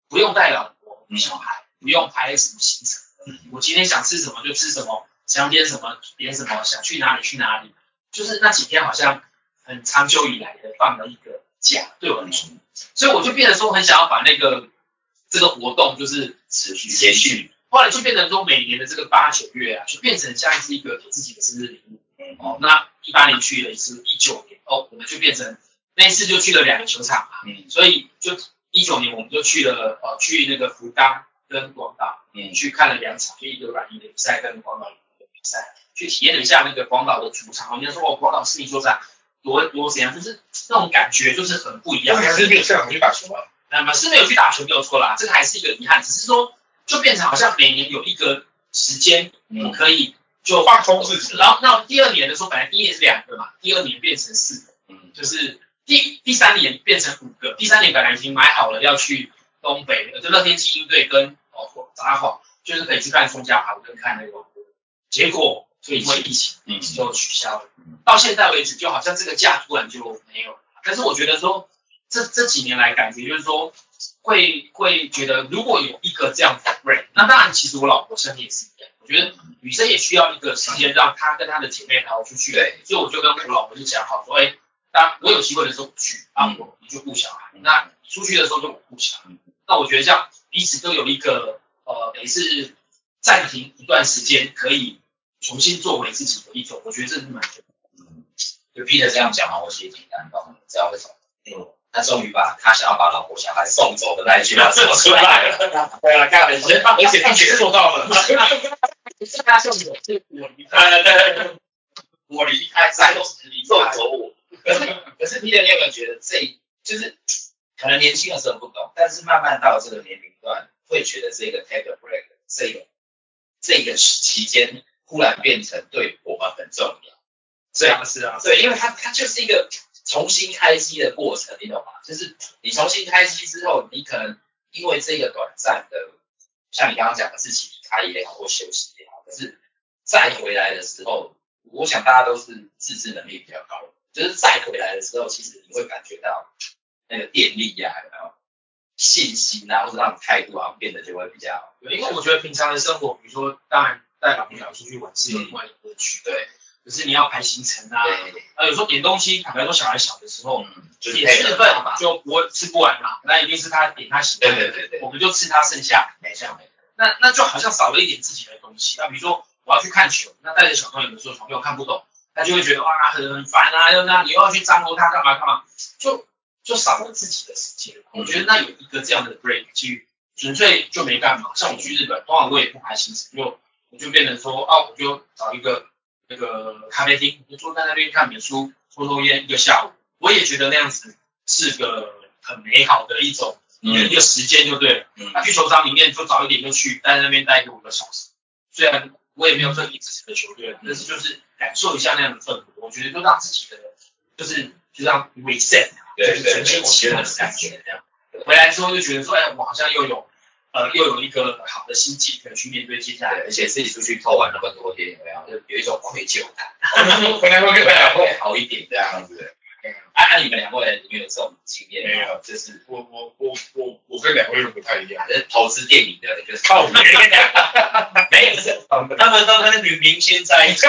S4: 不用带老婆小孩，不用排什么行程，我今天想吃什么就吃什么，想点什么点什么，想去哪里去哪里，就是那几天好像很长久以来的放了一个假，对我来说，
S3: 嗯
S4: 所以我就变得说很想要把那个这个活动就是
S3: 持续延续，
S4: 后来就变成说每年的这个八九月啊，就变成像是一个给自己的生日礼物。
S3: 嗯
S4: 哦，那一八年去了一次，一九年哦，我们就变成那一次就去了两个球场嘛，
S3: 嗯
S4: 所以就一九年我们就去了呃去那个福冈跟广岛
S3: 嗯
S4: 去看了两场，就一个软硬的比赛跟广岛的比赛，去体验了一下那个广岛的主场。人家说哦，广岛市民球场多多怎样，就是那种感觉就是很不一
S2: 那
S4: 样。
S2: 你还是没有下场去打球啊？
S4: 那么是没有去打球没有错啦，这个还是一个遗憾，只是说就变成好像每年有一个时间
S3: 嗯
S4: 我可以就
S2: 放空自己
S4: 然后那第二年的时候，本来第一年是两个嘛，第二年变成四个，
S3: 嗯
S4: 就是第第三年变成五个，第三年本来已经买好了要去东北，就乐天精英队跟哦札幌，就是可以去看松江跑跟看那个王国，结果就因为疫情
S3: 嗯
S4: 就取消了
S3: 嗯，
S4: 到现在为止就好像这个假突然就没有了，但是我觉得说这这几年来感觉就是说会会觉得，如果有一个这样子的 break，那当然，其实我老婆身体也是一样，我觉
S3: 嗯
S4: 得女生也需要一个时间让她跟她的姐妹好好出去。
S3: 对，
S4: 所以我就跟我老婆就讲好说，哎，当我有机会的时候去，啊，我你就顾小孩，
S3: 嗯
S4: 那出去的时候就我顾小孩
S3: 嗯。
S4: 那我觉得这样彼此都有一个呃，等于是暂停一段时间，可以重新做回自己的一种，我觉得这是蛮重要的
S3: 嗯，就 Peter 这样讲完，我其实挺感动的，知道为什么？嗯，他终于把他想要把老婆小孩送走的那一句话说出来了。
S2: 对啊，开玩笑，而且并且 做到了。
S1: 哎
S4: 不是他送我，是我离开，
S3: 我离开三十里送走我。可是可是 Peter，你有没有觉得这一就是可能年轻的时候不懂，但是慢慢到这个年龄段，会觉得这个 take a break 这个这个期间忽然变成对我们很重要。
S4: 是啊是啊，
S3: 对，因为它它就是一个重新开机的过程，你懂吗？就是你重新开机之后，你可能因为这个短暂的，像你刚刚讲的自己离开也好，或休息也好，可是再回来的时候，我想大家都是自制能力比较高的，就是再回来的时候，其实你会感觉到那个电力呀、有没有信心啊，或者那种态度啊，变得就会比较
S4: 对，因为我觉得平常的生活，比如说，当然带老婆小孩出去玩是有另外一个乐趣，
S3: 嗯对
S4: 可是你要排行程啊，
S3: 对，
S4: 啊，有时候点东西，坦白说，小孩小的时候，
S3: 嗯，就是
S4: 点
S3: 配
S4: 四
S3: 合
S4: 份
S3: 嘛，
S4: 就不会吃不完嘛，那一定是他点他喜
S3: 对
S4: 欢的，
S3: 对对对，
S4: 我们就吃他剩下，
S3: 没错没错，
S4: 那那就好像少了一点自己的东西。那比如说我要去看球，那带着小朋友的时候，小朋友看不懂，他就会觉得哇很很烦啊，又那你又要去张罗他干嘛干嘛，就就少了自己的时间。我觉得那有一个这样的 break 去，纯粹就没干嘛。像我去日本，通常我也不排行程，就我就变成说啊，我就找一个那个咖啡厅，我就坐在那边看本书，抽抽烟一个下午。我也觉得那样子是个很美好的一种、一个时间，就对了。
S3: 嗯
S4: 那去球场里面就早一点就去，待在那边待个五个小时。虽然我也没有特地支持的球队，但是就是感受一下那样的氛围，我觉得就让自己的就是就让 reset，就
S3: 对
S4: 是
S3: 对
S4: 重
S3: 对，
S4: 新
S3: 我觉
S4: 起来
S3: 得
S4: 的
S3: 是这
S4: 感
S3: 样子。
S4: 觉。这样回来之后就觉得说，哎，我好像又有呃又有一个好的心境可以去面对接下来
S3: 对，
S4: 的。
S3: 而且自己出去偷玩那么多天，有没有？就有一种愧疚感，
S2: 回来会
S3: 对
S2: 更
S3: 啊，
S2: 好。
S3: 会好一点这样 子。啊，那你们两位，你们有这种经验
S2: 没
S3: 吗？
S2: 有，就是我我我我我跟两位人不太一样。
S3: 反正投资电影的，你就是
S2: 靠别人，
S3: 没有这种的，
S1: 他们都跟女明星在一起，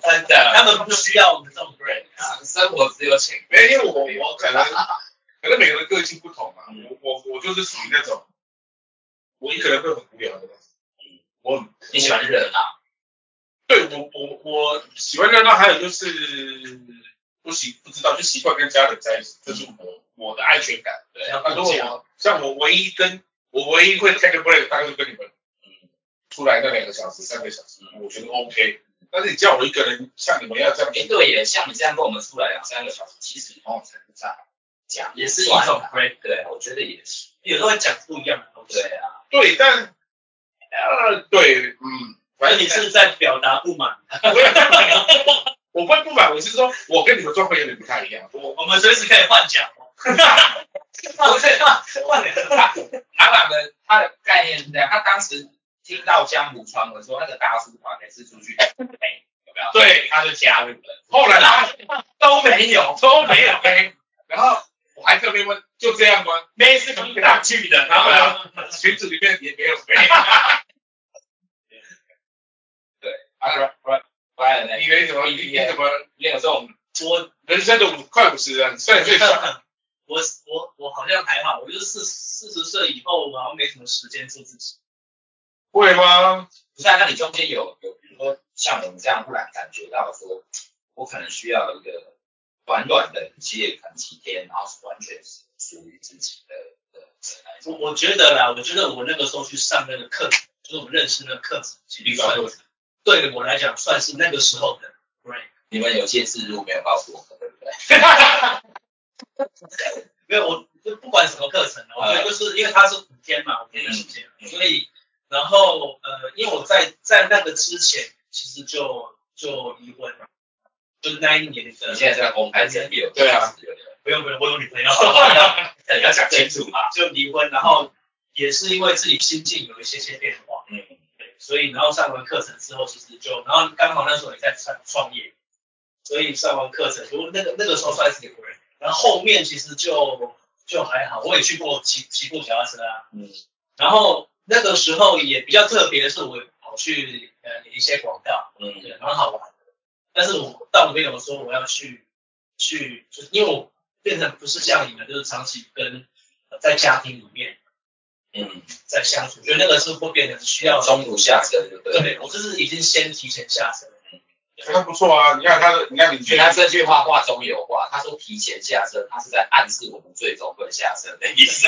S1: 他
S3: 的，
S1: 们不需要我们这种 break 啊。
S3: 生活只有钱。
S2: 没有，因为我我 可能可能每个人个性不同嘛。
S3: 嗯
S2: 我我我就是属于那种，我一个人会很无聊的那种。嗯，我很
S3: 你喜欢热闹，
S2: 对我我我喜欢热闹，还有就是不习不知道就习惯跟家人在一起，这是我我的安全感。
S3: 对
S2: 那如果我像我唯一跟我唯一会 take a break，大概就跟你们
S3: 嗯
S2: 出来那两个小时、三个小时，我觉得 OK。但是你叫我一个人，像你们要这样，
S3: 哎，对耶，像你这样跟我们出来两三个小时，其实你往我程度上讲
S4: 也是一种 break。
S3: 对，我觉得也是。
S1: 有时候会讲不一样的东西
S3: 对。啊，
S2: 对，但呃，对，嗯，
S1: 反
S2: 反
S1: 正
S2: 正
S1: 你 是在表达不满，
S2: 我不会不满，我是说我跟你们状况有点不太一样。我
S1: 我们随时可以换哦讲。
S3: 我觉得换两个大阿朗的他的概念是这样，他当时听到江湖传闻说那个大叔团每次出去都没有没有？
S2: 对，
S3: 他就加入了。
S2: 后来他
S3: 都没有，
S2: 都没有黑，然后我还特别问，就这样吗？
S1: 没是不大剧的，
S2: 然
S1: 然
S2: 后
S1: 后呢，
S2: 呢， 群组里面也 没有黑。
S3: 啊不然不然不然呢
S2: 你？人怎么？你你怎么？
S3: 你有这种
S1: 我
S2: 人生的五快五十人，虽然最 小，
S1: 我我我好像还好，我就是四四十岁以后，我好像没什么时间做自己。
S2: 会吗？
S3: 不是啊？那你中间有有，比如说像我们这样，忽然感觉到说，我可能需要一个短短的一些可能几天，然后是完全是属于自己的的的那
S1: 我
S3: 一种。
S1: 我觉得啦，我觉得我那个时候去上那个课程，就是我们认识那个课程，其实算对我来讲算是那个时候的 break。
S3: 你们有些事如果没有告诉我们，对不对？
S1: 没有，我就不管什么课程了，我觉得就是因为它是五天嘛，五天的时间，
S3: 啊嗯
S1: 所以然后呃，因为我在在那个之前其实就就离婚了，就是那一年的
S3: 你，现在在公开证有
S2: 对啊，
S3: 有点
S1: 不用不用，我有女 朋友，
S3: 对要讲清楚嘛。
S1: 就离婚，然后也是因为自己心境有一些些变化，
S3: 嗯，
S1: 对，所以然后上完课程之后，其实就然后刚好那时候也在创创业，所以上完课程，如果那个那个时候算是有人，然后后面其实就就还好，我也去过骑骑过脚踏车啊，
S3: 嗯，
S1: 然后那个时候也比较特别的是，我跑去呃演一些广告，
S3: 嗯
S1: 对，蛮好玩的，但是我倒没有说我要去去，就是因为我变成不是像你们，就是长期跟、呃在家庭里面
S3: 嗯，
S1: 在相处，觉得那个是会变成需要
S3: 要中途下车，对嗯不对？
S1: 对，我就是已经先提前下 车了。
S2: 他不错啊，你看他的，你看你
S3: 所
S2: 觉
S3: 以他
S2: 得
S3: 嗯这句话话中有话，他说提前下车，他是在暗示我们最终会下车的意思。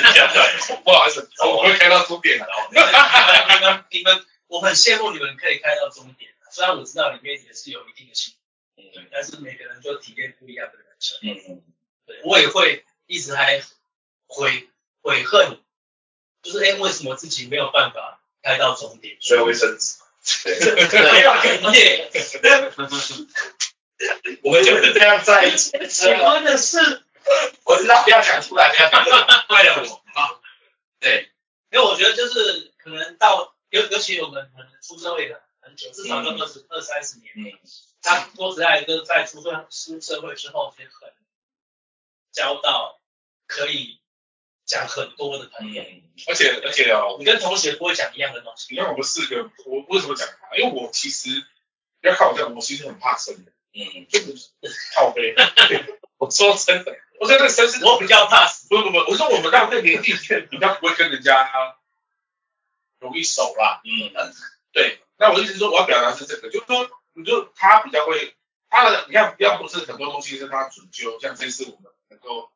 S2: 不好意思，我会开到终点了。
S1: 你们你们，我很羡慕你们可以开到终点，啊虽然我知道里面也是有一定的辛苦，
S3: 嗯
S1: 但是每个人就体验不一样的人生。
S3: 嗯，
S1: 对，我也会一直还悔悔恨，就是哎、诶为什么自己没有办法开到终点？
S3: 所以会升职。对。
S1: 没有哽咽。
S3: 我们就是这样在一起。
S1: 喜欢的是，
S3: 我知道不要讲出来，不要讲出来，为了我啊。对，
S1: 因为我觉得就是可能到尤尤其我们可能出社会的很久，至少都二十二三十年，
S3: 嗯，
S1: 他说实在就是在出社出社会之后，也很交到可以讲很多的朋友。
S3: 嗯，
S2: 而且而且哦，
S1: 你跟同学不会讲一样的东西，
S2: 你看我们四个，我为什么讲他？因为我其实要看我这样，我其实很怕生的，
S3: 嗯，
S2: 就是靠背。我说真的，我说那个生是
S1: 我比较怕死。
S2: 不不不，我说我们到这个年纪比较不会跟人家容易熟啦。
S3: 嗯，
S2: 对，那我意思是说我要表达是这个，就是说，你就他比较会，他的你看，要不是很多东西是他主修，像这次我们能够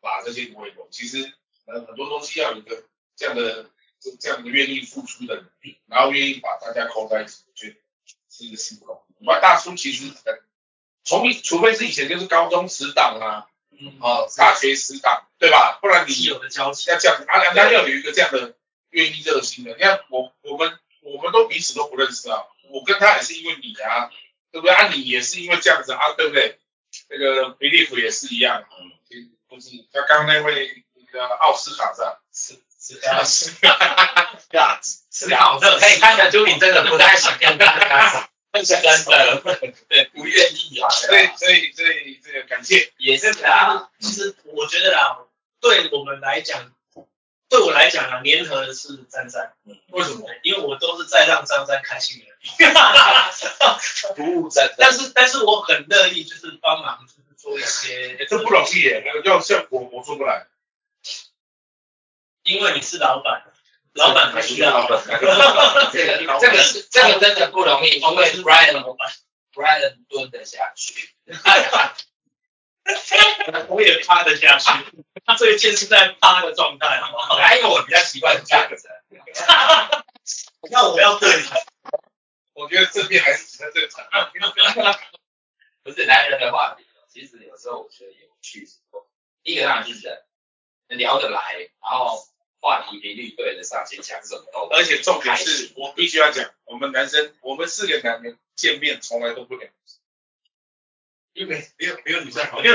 S2: 把这些挪一挪，其实呃很多东西要有一个这样的这这样的愿意付出的能力，然后愿意把大家扣在一起，我觉得是是不容易。那大叔其实很从一除非是以前就是高中死党啊，
S1: 嗯，
S2: 哦，大学死党，对吧？不然你
S1: 基友的交情，
S2: 要这样子，啊，大家要有一个这样的愿意热心的。你看我我们我们都彼此都不认识啊，我跟他也是因为你啊，对不对？啊，你也是因为这样子啊，对不对？那个比利普也是一样，嗯，不是像刚刚那位那个奥斯卡是吧？
S1: 是是
S2: 奥斯卡
S3: 对啊，
S4: 思考这
S3: 可以看得出你真的不太想跟大家，真的，对，不愿意啊，
S2: 所以所以所以这个感谢，
S3: 也是啊，
S1: 其实我觉得啦，对我们来讲，对我来讲啊，粘合的是张三，
S2: 为什么？
S1: 因为我都是在让张三开心 的人。
S3: 服务真 的，
S1: 但是，但是我很乐意就是帮忙，就是做一些
S2: 欸，这不容易耶，要像我我做不来，
S1: 因为你是老板，老板才需要。
S3: 这个这个是这个真的不容易，因为 Brian Brian 蹲得下去。
S1: 我也趴得下去，所以现在是在趴的状态，好不好？
S4: 还有我比较习惯的架子，
S1: 那我要 对你，
S2: 我觉得正面还是比较正常。
S4: 不是男人的话题，其实有时候我觉得有趣是说，第一个当然是人聊得来，然后话题频率对得上，先讲什么都，
S2: 而且重点是我必须要讲，我们男生，我们四个男人见面从来都不聊，因为没有没有女生 好，
S1: 女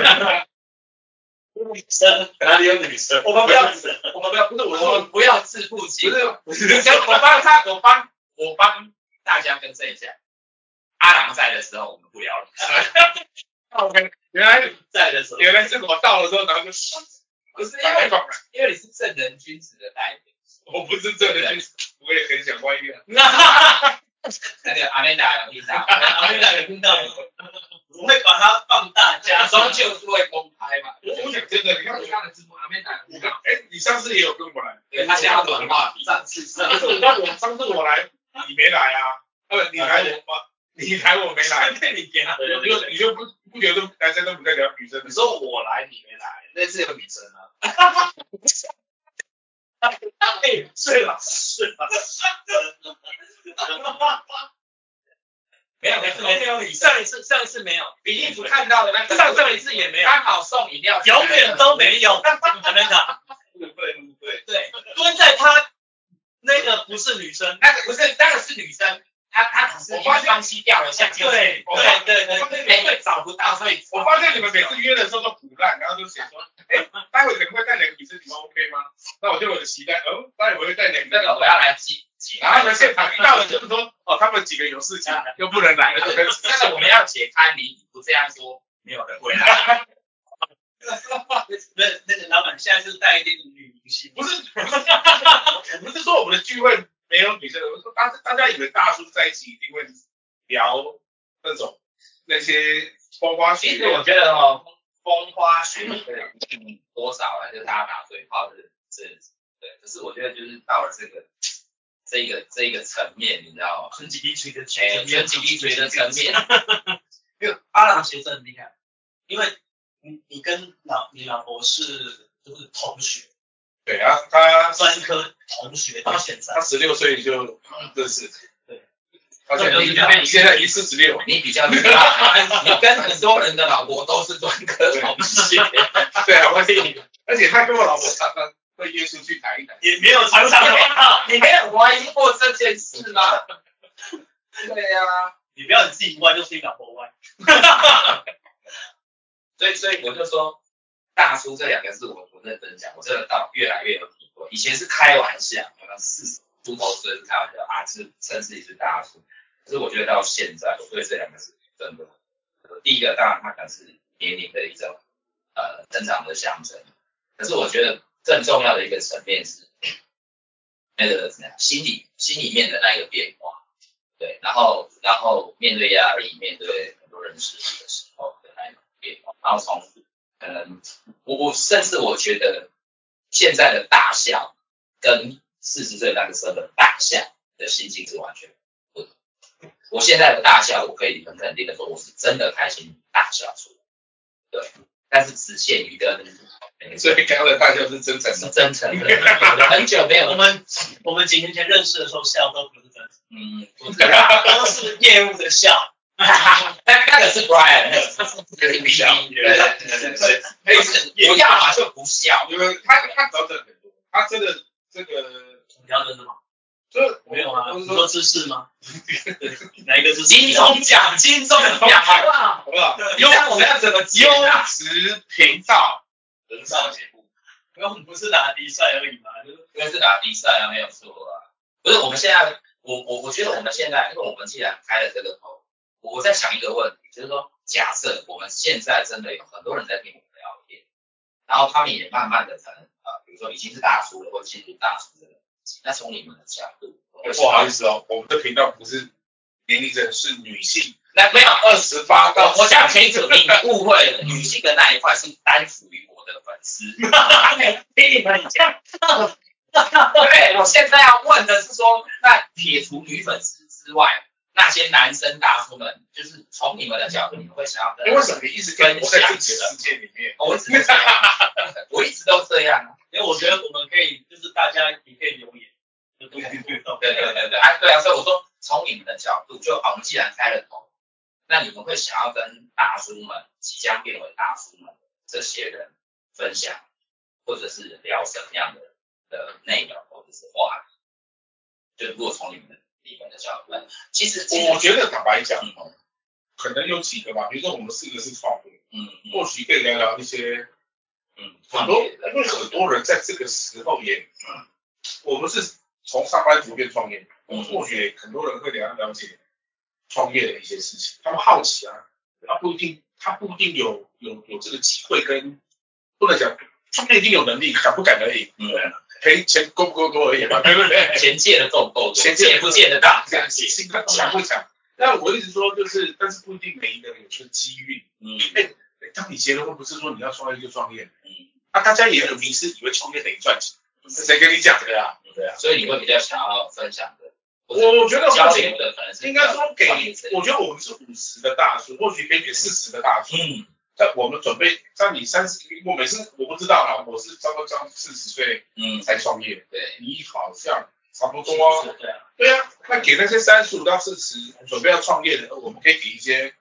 S1: 生，
S2: 哪里有女生？
S1: 我们不要死，
S2: 我们不要，不是我
S4: 我
S2: 说
S4: 们不要自负
S2: 不
S4: 心，
S2: 是不是，
S4: 我帮他，我帮我帮大家更正一下，阿郎在的时候我们不聊了，
S2: 原来
S1: 在的时候，
S2: 原来是我到了之后，然后就
S4: 不是因
S2: 打开
S4: 为
S2: 房门，
S4: 因为你是正人君子的代表，
S2: 我不是真的去，我也很想换一个，
S4: 那个阿曼达有听到，
S1: 阿妹大有听到吗？我会把它放大
S4: 假
S1: 加上，
S4: 装就是会公开嘛，
S2: 我我想真的，你
S6: 看
S2: 看我
S6: 我看的直播，阿妹打
S2: 你看，哎，你上次也有跟我来，
S4: 对他想要短话题，
S1: 上次上次
S2: 上次我那我上次我来，你没来啊？呃，你来我我你来我没来，
S1: 被你给他的，
S2: 你就你就不不觉得男生都不在聊女生的
S4: 你
S2: 事？
S4: 说我来你没来，那次有女生啊，
S1: 哎，睡吧睡吧，
S4: 没有没有
S1: 没有你上一次上一次没有，
S4: 比利不看到的那
S1: 上上一次也没有，
S4: 刚好送饮料，
S1: 永远都没有，阿妹大，
S2: 误会误会，
S1: 对，蹲在他那个不是女生，
S4: 那个不是那个是女生，她她只是
S2: 我发现
S4: 东西掉了下，
S1: 对对对
S2: 我发
S1: 对，
S2: 现你
S4: 哎，
S2: 们
S4: 对找不到，所以
S2: 我发现你们每次约的时候都腐烂，然后都写说，哎，待会可能会带两个女生，你们 OK 吗？那我就有期待，哦，待会会带两
S4: 这
S2: 个。
S4: 个我要来挤挤，
S2: 然后呢，现场一到了就是说，哦，他们几个有事情又不能来了，
S4: 那个我们要解开谜底，不这样说，没有人会来。
S1: 那那个老板现在是带一点女明星，
S2: 不是，不是说我们的聚会没有女生，我是说大大家以为大叔在一起一定会聊那种那些花花
S4: 其
S2: 絮
S4: 实我
S2: 絮，
S4: 觉得哦，风花雪月多少啊，就大家打嘴炮是是，对，就是我觉得就是到了这个这个这个层面，你知道吗？
S1: 纯几滴水的
S4: 哎，人情一水的层面，
S1: 因为阿郎学生很厉害，因为你你跟老你老婆是就是同学，
S2: 对啊，他
S1: 专科同学到现在
S2: 他，十六岁就认识，
S1: 对，
S2: 而且你现在已经四十六，
S4: 你比较厉害，你跟很多人的老婆都是专科同学，
S2: 对啊，我也，而且他跟我老婆常常会约出去谈一谈，
S1: 也没有常常碰到，
S4: 你没有怀疑过这件事吗？对呀、啊，
S1: 你不要你自己歪，就是你老婆歪。
S4: 所以所以我就说，大叔这两个字我不认真讲，我真的到越来越有体会。以前是开玩笑，可能四十出头岁是开玩笑啊，是甚至也是大叔。可是我觉得到现在，我对这两个字真的，第一个当然它可能是年龄的一种呃正常的象征，可是我觉得更重要的一个层面是那个怎么样，心理心里面的那一个变化。对，然后然后面对压力，面对很多人事物的时候的那一种变化，然后从嗯，我我甚至我觉得现在的大笑跟四十岁那个时候的大笑的心境是完全不同。我现在的大笑，我可以很肯定的说，我是真的开心大笑出来，对，但是只限于跟
S2: 所以刚才大家是真诚
S4: 是
S2: 的，
S4: 真诚的，很久没
S1: 我
S4: 有
S1: 们我们几年前认识的时候笑都不是真实，
S4: 嗯，不是
S1: 都是业务的笑。
S4: 那那个是 Brian，那个是那个是 B 对对对对，
S2: 哎，
S4: 对，不要嘛就不笑，
S2: 因为他他调整很多，他真的这个
S1: 你要真的吗？
S2: 就是
S1: 没有啊，
S2: 我
S1: 你
S2: 是
S1: 说
S2: 说
S1: 知识吗？哪一个知识？
S4: 金钟奖，金钟奖好不好？
S2: 好不好？
S4: 你看我们要怎么接
S2: 优
S4: 啊？
S2: 质频道，
S4: 人少节目，
S1: 因为我们不是打比赛而已嘛，就是
S4: 应该是打比赛啊，没有错啊。不是，我们现在，我我我觉得我们现在，因为我们既然开了这个头，我我在想一个问题，就是说，假设我们现在真的有很多人在听我们聊天，然后他们也慢慢的可能呃，比如说已经是大叔了，或进入大叔这个年纪，那从你们的角度，
S2: 不好意思哦，我们的频道不是年龄层是女性，
S4: 那没有
S2: 二十八到
S4: 我我讲清楚，你误会了，女性的那一块是单属于我的粉丝。听你们讲， 对，我现在要问的是说，那撇除女粉丝之外，
S3: 那些男生大叔们，就是从你们的角度，你们会想要跟
S2: 哎，为什么你一直跟活在自己的世界里面？
S3: 我一直都这样，我一直都这样。
S1: 因为哎我觉得我们可以，就是大家也可以留言，就跟我们互动。
S3: 对对对对，啊对啊，所以我说从你们的角度，就好，我们既然开了头，那你们会想要跟大叔们，即将变为大叔们这些人分享，或者是聊什么样的的内容或者是话题？就如果从你们的你们的角度，其实其实
S2: 我觉得坦白讲，
S3: 嗯
S2: 可能有几个吧，比如说我们四个是创业，
S3: 嗯嗯
S2: 或许可以聊聊一些
S3: 嗯，
S2: 很多，因为很多人在这个时候也，我们是从上班族变创业，
S3: 嗯
S2: 或许很多人会了了解创业的一些事情，他们好奇啊，他不一定，他不一定有有有这个机会跟，不能讲创业一定有能力，敢不敢而已，啊
S3: 嗯
S2: 赔钱够不够多而已嘛，对不对？
S3: 钱借的够不够多，
S2: 钱借
S3: 借
S2: 得
S3: 不借得到
S2: 这样子，他强不强？但我一直说就是，但是不一定每一个人有这个机遇。
S3: 嗯
S2: 哎当你结了婚，不是说你要创业就创业，
S3: 嗯，
S2: 啊，大家也很迷失，以为创业等于赚钱，是谁跟你讲的啊？对啊，
S3: 所以你会比较想要分享的，或者
S2: 我我觉得
S3: 交
S2: 或许
S3: 流的可能是
S2: 应该说给
S3: 创业者，
S2: 我觉得我们是五十的大叔，或许可以给四十的大叔。
S3: 嗯
S2: 但我们准备像你三十，我每次我不知道啦，我是差不多将四十岁
S3: 嗯
S2: 才创业，
S3: 对，
S2: 你好像差不多啊。
S1: 对对啊，
S2: 对啊，那给那些三十五到四十准备要创业的，我们可以给一些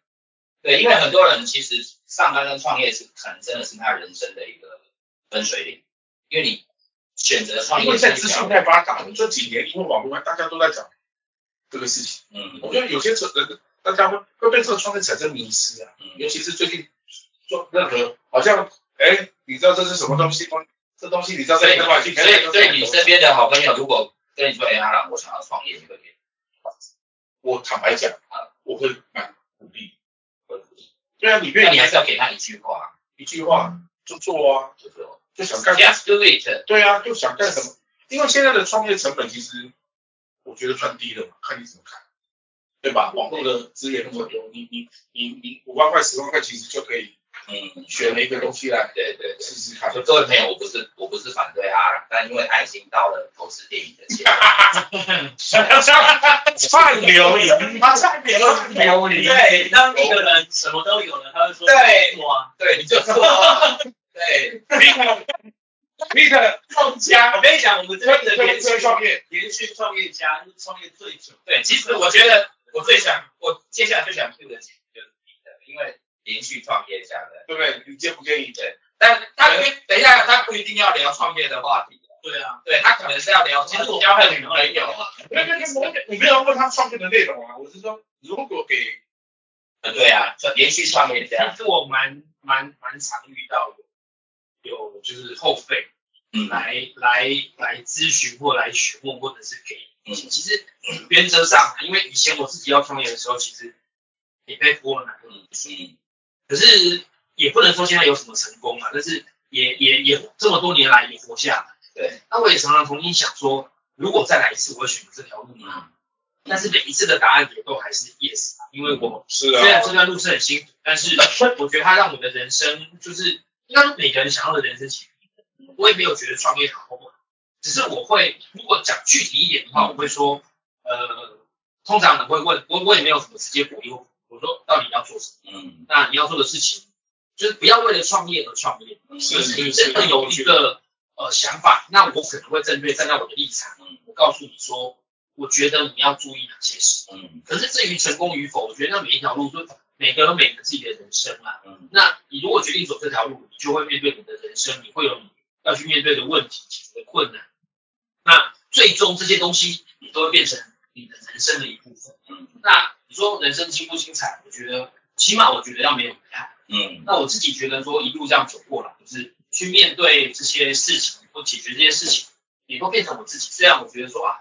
S3: 对，因为很多人其实上班跟创业是可能真的是他人生的一个分水岭，因为你选择创
S2: 因
S3: 业
S2: 为
S3: 是
S2: 现
S3: 一
S2: 在资
S3: 条，
S2: 讯太发达了，啊这几年因为网络大家都在讲这个事情，
S3: 嗯
S2: 我觉得有些人大家会会对这个创业产生迷失啊，
S3: 嗯
S2: 尤其是最近做任何好像哎，你知道这是什么东西吗？这东西你知道
S3: 所
S2: 在
S3: 以
S2: 哪买去？
S3: 所以所以你身边的好朋友如果跟你说，哎，阿朗，我想要创业，你会给
S2: 我坦白讲啊，我会蛮鼓励。
S3: 会鼓励，
S2: 对啊，你
S3: 那
S2: 愿
S3: 你
S2: 意
S3: 还是要给他一句话，
S2: 一句话就做啊，
S3: 就是说
S2: 就想干嘛？
S3: just do it，
S2: 对啊，就想干什么？因为现在的创业成本其实我觉得算低了嘛，看你怎么看，对吧？网络的资源那么多，你你你你五万块、十万块，其实就可以
S3: 嗯，
S2: 选了一个东西来
S3: 对对对。
S2: 试试看。
S3: 就各位朋友，我不是我不是反对阿朗，但因为他已经到了投资电影的阶段，
S2: 串流营，他串流
S4: 串流营
S1: 对，当一个人什么都有了，他会说
S3: 对
S1: 哇，
S3: 对，你就 做啊，对，
S2: 你可能创家，
S1: 我跟你讲，我们这边的
S2: 推
S1: 连续
S2: 推创业，
S1: 连续创业家是创业最久，
S3: 对，其实我觉得我最想，我接下来最想 Q 的其实就是你的，因为连续创业家的，
S2: 对不对？你介不介意？
S3: 但他不，等一下他不一定要聊创业的话题，
S1: 对啊，
S3: 对他可能是要聊
S1: 其实我
S3: 交个女朋友啊，
S2: 没有没有，我我没有问他创业的内容啊，我是说，如果给
S3: 对啊，就连续创业家，
S4: 其实我蛮蛮蛮常遇到有有就是后辈
S3: 嗯
S4: 来、来来咨询或来询问或者是给意见。
S3: 嗯
S4: 其实原则上，啊因为以前我自己要创业的时候，其实也被波了蛮多
S3: 嗯嗯
S4: 可是也不能说现在有什么成功嘛，但是也也也这么多年来也活下来。
S3: 对，
S4: 那我也常常重新想说，如果再来一次，我会选择这条路吗？
S3: 嗯，
S4: 但是每一次的答案也都还是 yes，啊因为我
S2: 是
S4: 虽然
S2: 啊，
S4: 这段路是很辛苦，但是我觉得它让我的人生就是，应该每个人想要的人生其实不一样，我也没有觉得创业好或不好，只是我会如果讲具体一点的话，我会说，呃，通常你会问我，我也没有什么直接鼓励我，我说到底要做什么？
S3: 嗯
S4: 那你要做的事情就是不要为了创业而创业，
S3: 嗯
S2: 是
S4: 就是是你真的有一个呃想法，那我可能会针对站在我的立场，我告诉你说，我觉得你要注意哪些事。
S3: 嗯
S4: 可是至于成功与否，我觉得那每一条路就每个人有每个自己的人生啊。
S3: 嗯
S4: 那你如果决定走这条路，你就会面对你的人生，你会有你要去面对的问题、解决的困难。那最终这些东西，你都会变成你的人生的一部分。
S3: 嗯
S4: 那你说人生精不精彩？我觉得起码我觉得要没有遗憾。
S3: 嗯
S4: 那我自己觉得说一路这样走过来，就是去面对这些事情或解决这些事情，也都变成我自己。虽然我觉得说啊，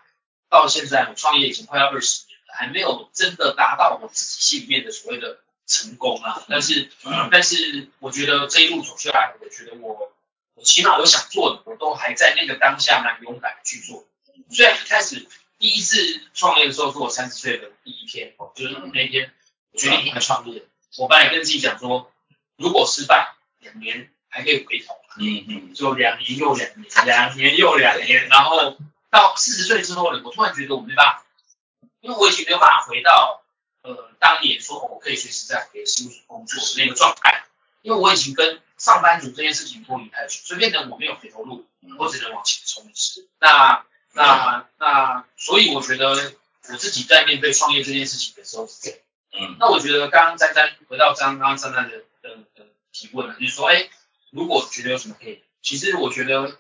S4: 到现在我创业已经快要二十年了，还没有真的达到我自己心里面的所谓的成功啊，但是、但是我觉得这一路走下来，我觉得我我起码我想做的，我都还在那个当下蛮勇敢的去做。虽然一开始第一次创业的时候是我三十岁的第一天，哦就是那一天我决定要创业，我本来跟自己讲说，如果失败两年还可以回头，
S3: 嗯
S4: 就两年又两年，两年又两年，然后到四十岁之后呢，我突然觉得我没办法，因为我已经没有办法回到呃当年说哦我可以随时在我的事务所工作的那个状态，因为我已经跟上班族这件事情脱离太久，所以变成我没有回头路，我只能往前冲刺。那那那，所以我觉得我自己在面对创业这件事情的时候是这样。
S3: 嗯
S4: 那我觉得刚刚詹詹回到刚刚詹詹的的的提问了，就是说，哎，如果觉得有什么可以，其实我觉得，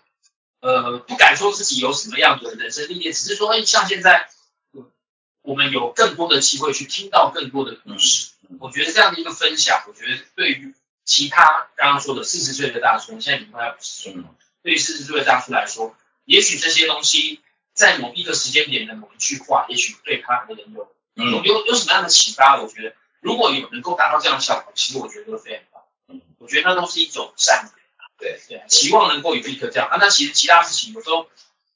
S4: 呃，不敢说自己有什么样的人生历练，只是说，哎，像现在，嗯我们有更多的机会去听到更多的故事，
S3: 嗯嗯
S4: 我觉得这样的一个分享，我觉得对于其他刚刚说的四十岁的大叔，现在已经快要五十岁了，
S3: 嗯
S4: 对于四十岁的大叔来说，也许这些东西在某一个时间点的某一句话，也许对他能有有
S3: 嗯
S4: 有有什么样的启发？我觉得如果有能够达到这样的效果，其实我觉得都非常棒。
S3: 嗯
S4: 我觉得那都是一种善良，
S3: 对
S4: 对啊，期望能够有一个这样啊。那其实其他事情有时候，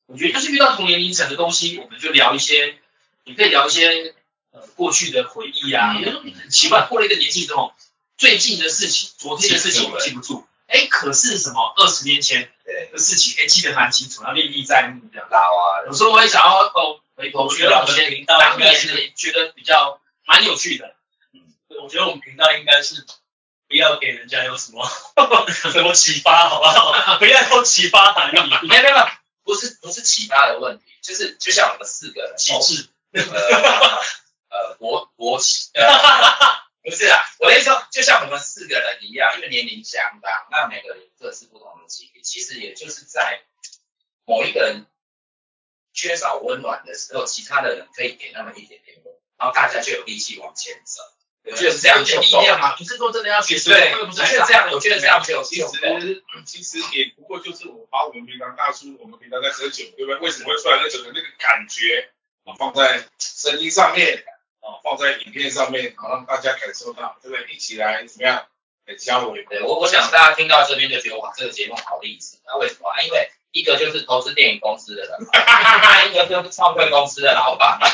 S4: 我觉得就是遇到同年龄层的东西，我们就聊一些，也可以聊一些呃过去的回忆啊。
S3: 嗯
S4: 有时候很奇怪，过了一个年纪之后，最近的事情、昨天的事情我记不住，哎，可是什么二十年前
S3: 对，
S4: 的事情，哎，记得蛮清楚，然后历历在目这样。
S3: 拉啊，
S4: 有时候我也想要哦回头
S1: 我
S4: 去
S1: 觉得
S4: 聊
S1: 我
S4: 一
S1: 们
S4: 些
S1: 的频道
S4: 当
S1: 应该
S4: 年
S1: 是，
S4: 的觉得比较蛮有趣的。
S1: 我觉得我们频道应该是不要给人家有什么 什么启发，好不好？不要有启发含义，
S3: 没有没有，没有不是不是启发的问题，就是就像我们四个人，
S1: 启智。
S3: 呃呃国国呃，不是啊，我的意思说，就像我们四个人一样，因为年龄相当，那每个人各自不同的经历，其实也就是在某一个人缺少温暖的时候，其他的人可以给他们一点点温，然后大家就有力气往前走。我觉得这样就
S4: 有
S3: 够
S4: 力量
S3: 了。
S4: 嘛，不是说真的要学习，
S3: 对，
S4: 又
S3: 我
S4: 不
S3: 觉
S4: 是
S3: 得
S4: 来上
S3: 这样，我觉得这样就
S2: 其
S3: 就够了。
S2: 实其实也不过就是我把我们平常大叔，我们平常在喝酒，对不对？为什么会出来喝酒的那个感觉，啊，放在声音上面，啊，放在影片上面，好让大家感受到，对不对？一起来怎么样？很交流。
S3: 对我，我想大家听到这边就觉得哇，这个节目好励志。那为什么啊？因为一个就是投资电影公司的人嘛，一个就是创会公司的老板嘛。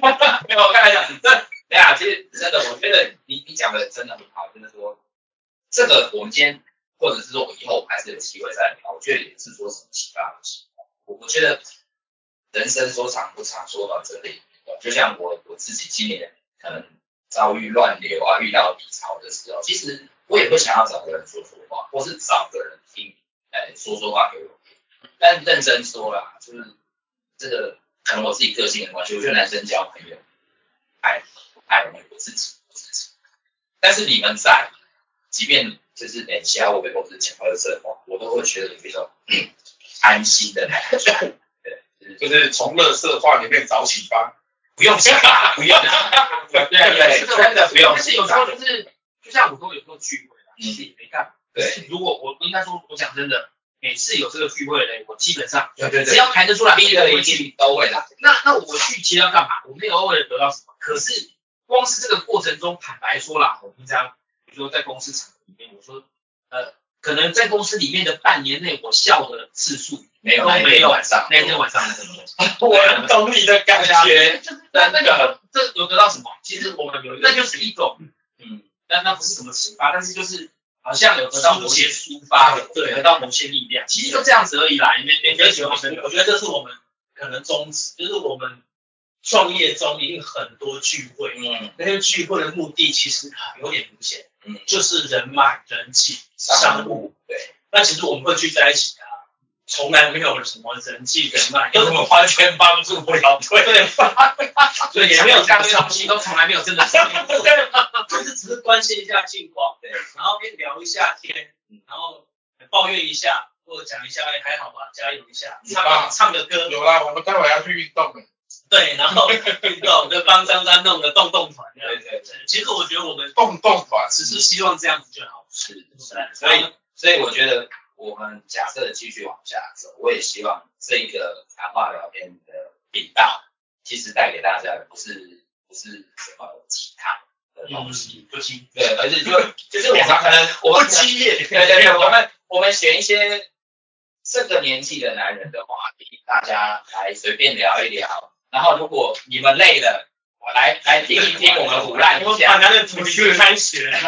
S3: 没有，我开玩笑。这对啊，其实真的，我觉得你你讲的真的很好，就是说这个我们今天，或者是说我以后我们还是有机会再聊。我觉得也是说什么启发不启发。我我觉得人生说长不长，说短真的也不短就像我我自己今年可能遭遇乱流啊，遇到低潮的时候，其实。我也会想要找个人说说话，或是找个人听，哎，说说话给我听。但认真说啦，就是这个可能我自己个性的关系，我觉得男生交朋友，爱爱我自己，我自己。但是你们在，即便就是冷笑我被公司讲到的这话，我都会觉得有一种嗯安心的感觉。对，就是
S2: 就是从乐色话里面找启发。
S3: 不用想啦，不用想啦，
S4: 对
S3: 对真的不用
S4: 但是有时候就是，就像我说，有时候聚会啊，其实也没干嘛。
S3: 对
S4: 可是如果我我应该说，我讲真的，每次有这个聚会嘞，我基本上
S3: 对对
S4: 只
S3: 对，
S4: 要谈得出来，
S3: 逼
S4: 我
S3: 了
S4: 一
S3: 一
S4: 定
S3: 句都会啦。
S4: 那那我去其实要干嘛？我没有偶尔得到什么，可是光是这个过程中，坦白说啦，我平常比如说在公司场合里面，我说呃，可能在公司里面的半年内，我笑的次数
S3: 没有
S4: 都
S3: 那一
S4: 没
S3: 天
S4: 有
S3: 晚上，
S4: 那天晚上的那么多。
S3: 啊
S1: 我懂你的感觉，
S4: 就是那那个这有得到什么？其实我们有，那就是一种，
S3: 嗯，
S4: 那那不是什么启发，但是就是好像有得到某些抒发了，对，得到某些力量，其实就这样子而已啦，也没
S1: 我
S4: 没
S1: 觉
S4: 没
S1: 得
S4: 什么什么。
S1: 我觉得这是我们可能宗旨，就是我们创业中一定很多聚会，
S3: 嗯
S1: 那些聚会的目的其实有点明显，
S3: 嗯，
S1: 就是人脉、人气、
S3: 商
S1: 商务。
S3: 对。
S1: 那其实我们会聚在一起啊，从来没有什么人际人脉，
S3: 因为
S1: 因
S3: 我
S1: 为
S3: 们
S1: 完全帮助不了对对，
S4: 对，也没有这些东西，都从来没有真的是。
S1: 就是只是关心一下近况，
S3: 对，
S1: 然后边聊一下天，然后抱怨一下，或者讲一下哎还好吧，加油一下，唱
S2: 啊
S1: 个唱个歌，
S2: 有啦，我们待会要去运动的。
S1: 对，然后运动就帮张三弄个动动团这样
S3: 对对对
S1: 子。其实我觉得我们
S2: 动动吧，
S1: 只是希望这样子就好，
S3: 是
S1: 是吧
S3: 所以所以我觉得我们假设继续往下走，我也希望这个谈话聊天的频道，其实带给大家的不是不是什么其他的东
S1: 嗯，
S3: 西，
S1: 不行，
S3: 对，而是就就是我们可能我
S1: 不
S3: 们可能
S1: 激烈，
S3: 对对对，我们我们选一些这个年纪的男人的话题，大家来随便聊一聊，然后如果你们累了。我来来听一听我们胡乱
S1: 我
S3: 讲
S1: 把，他的主题开始了，知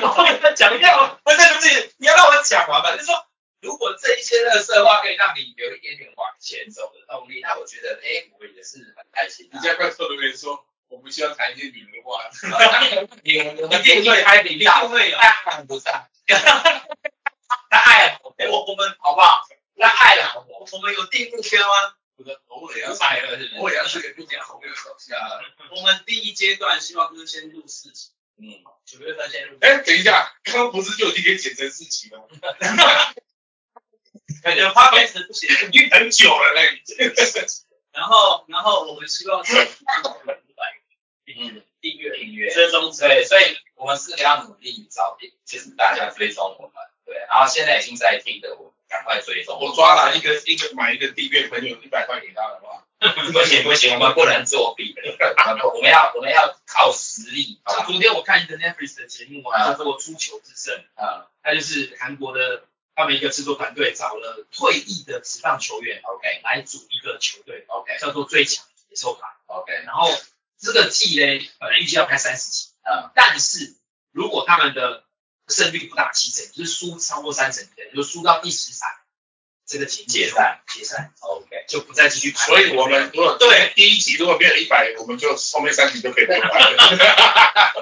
S1: 道吗？讲一下我
S3: 不是不是，你要让我讲完吧。就是说，如果这一些乐色话可以让你有一点点往前走的动力，那我觉得，哎，我也是很开心、
S2: 你
S3: 啊。
S2: 家怪臭留言说，我们需要谈一些女人话。
S3: 你们我
S4: 你
S3: 们
S4: 电
S3: 电
S4: 影
S3: 影
S4: 拍比
S1: 一
S4: 大
S1: 定，会有。
S3: 大喊不上，
S4: 他爱我，
S1: 我我们
S4: 好不好？
S3: 那爱老婆，
S1: 我们有定目标吗？
S2: 我的偶尔也
S4: 五
S2: 要
S4: 百了是不
S2: 偶
S4: 是？
S2: 尔要是个不讲好的东西啊。
S1: 我们第一阶段希望就是先录四集，
S3: 嗯，
S1: 九月份先录。
S2: 哎，等一下，刚刚不是就已经给剪成四集了吗？
S1: 感觉花开始不行。
S2: 已经很久了嘞。
S1: 然后，然后我们希望是
S3: 嗯，
S1: 订阅、
S3: 订阅
S1: 追踪之类
S3: 对，所以我们是要努力找，就是大家追踪我们，对，然后现在已经在听的，我们赶快追踪。
S2: 我抓了一个一个买一个订阅朋友一百块给他的话，
S3: 不行不行，我们不能作弊，我们要我们要靠实力
S4: 像昨天我看一个 Netflix 的节目啊，叫做《出球制胜》，
S3: 啊
S4: 那就是韩国的他们一个制作团队找了退役的职棒球员
S3: ，OK
S4: 来组一个球队，
S3: OK
S4: 叫做最强野兽派。
S3: OK，
S4: 然后这个季嘞，本来预计要拍三十集，
S3: 嗯
S4: 但是如果他们的胜率不达七成，就是输超过三成，也就是输到第十场，这个节目
S3: 解散
S4: 解散
S3: ，OK，
S4: 就不再继续拍。
S2: 所以我们如果对第一集如果没有一百，我们就后面三集就可以不用拍 了。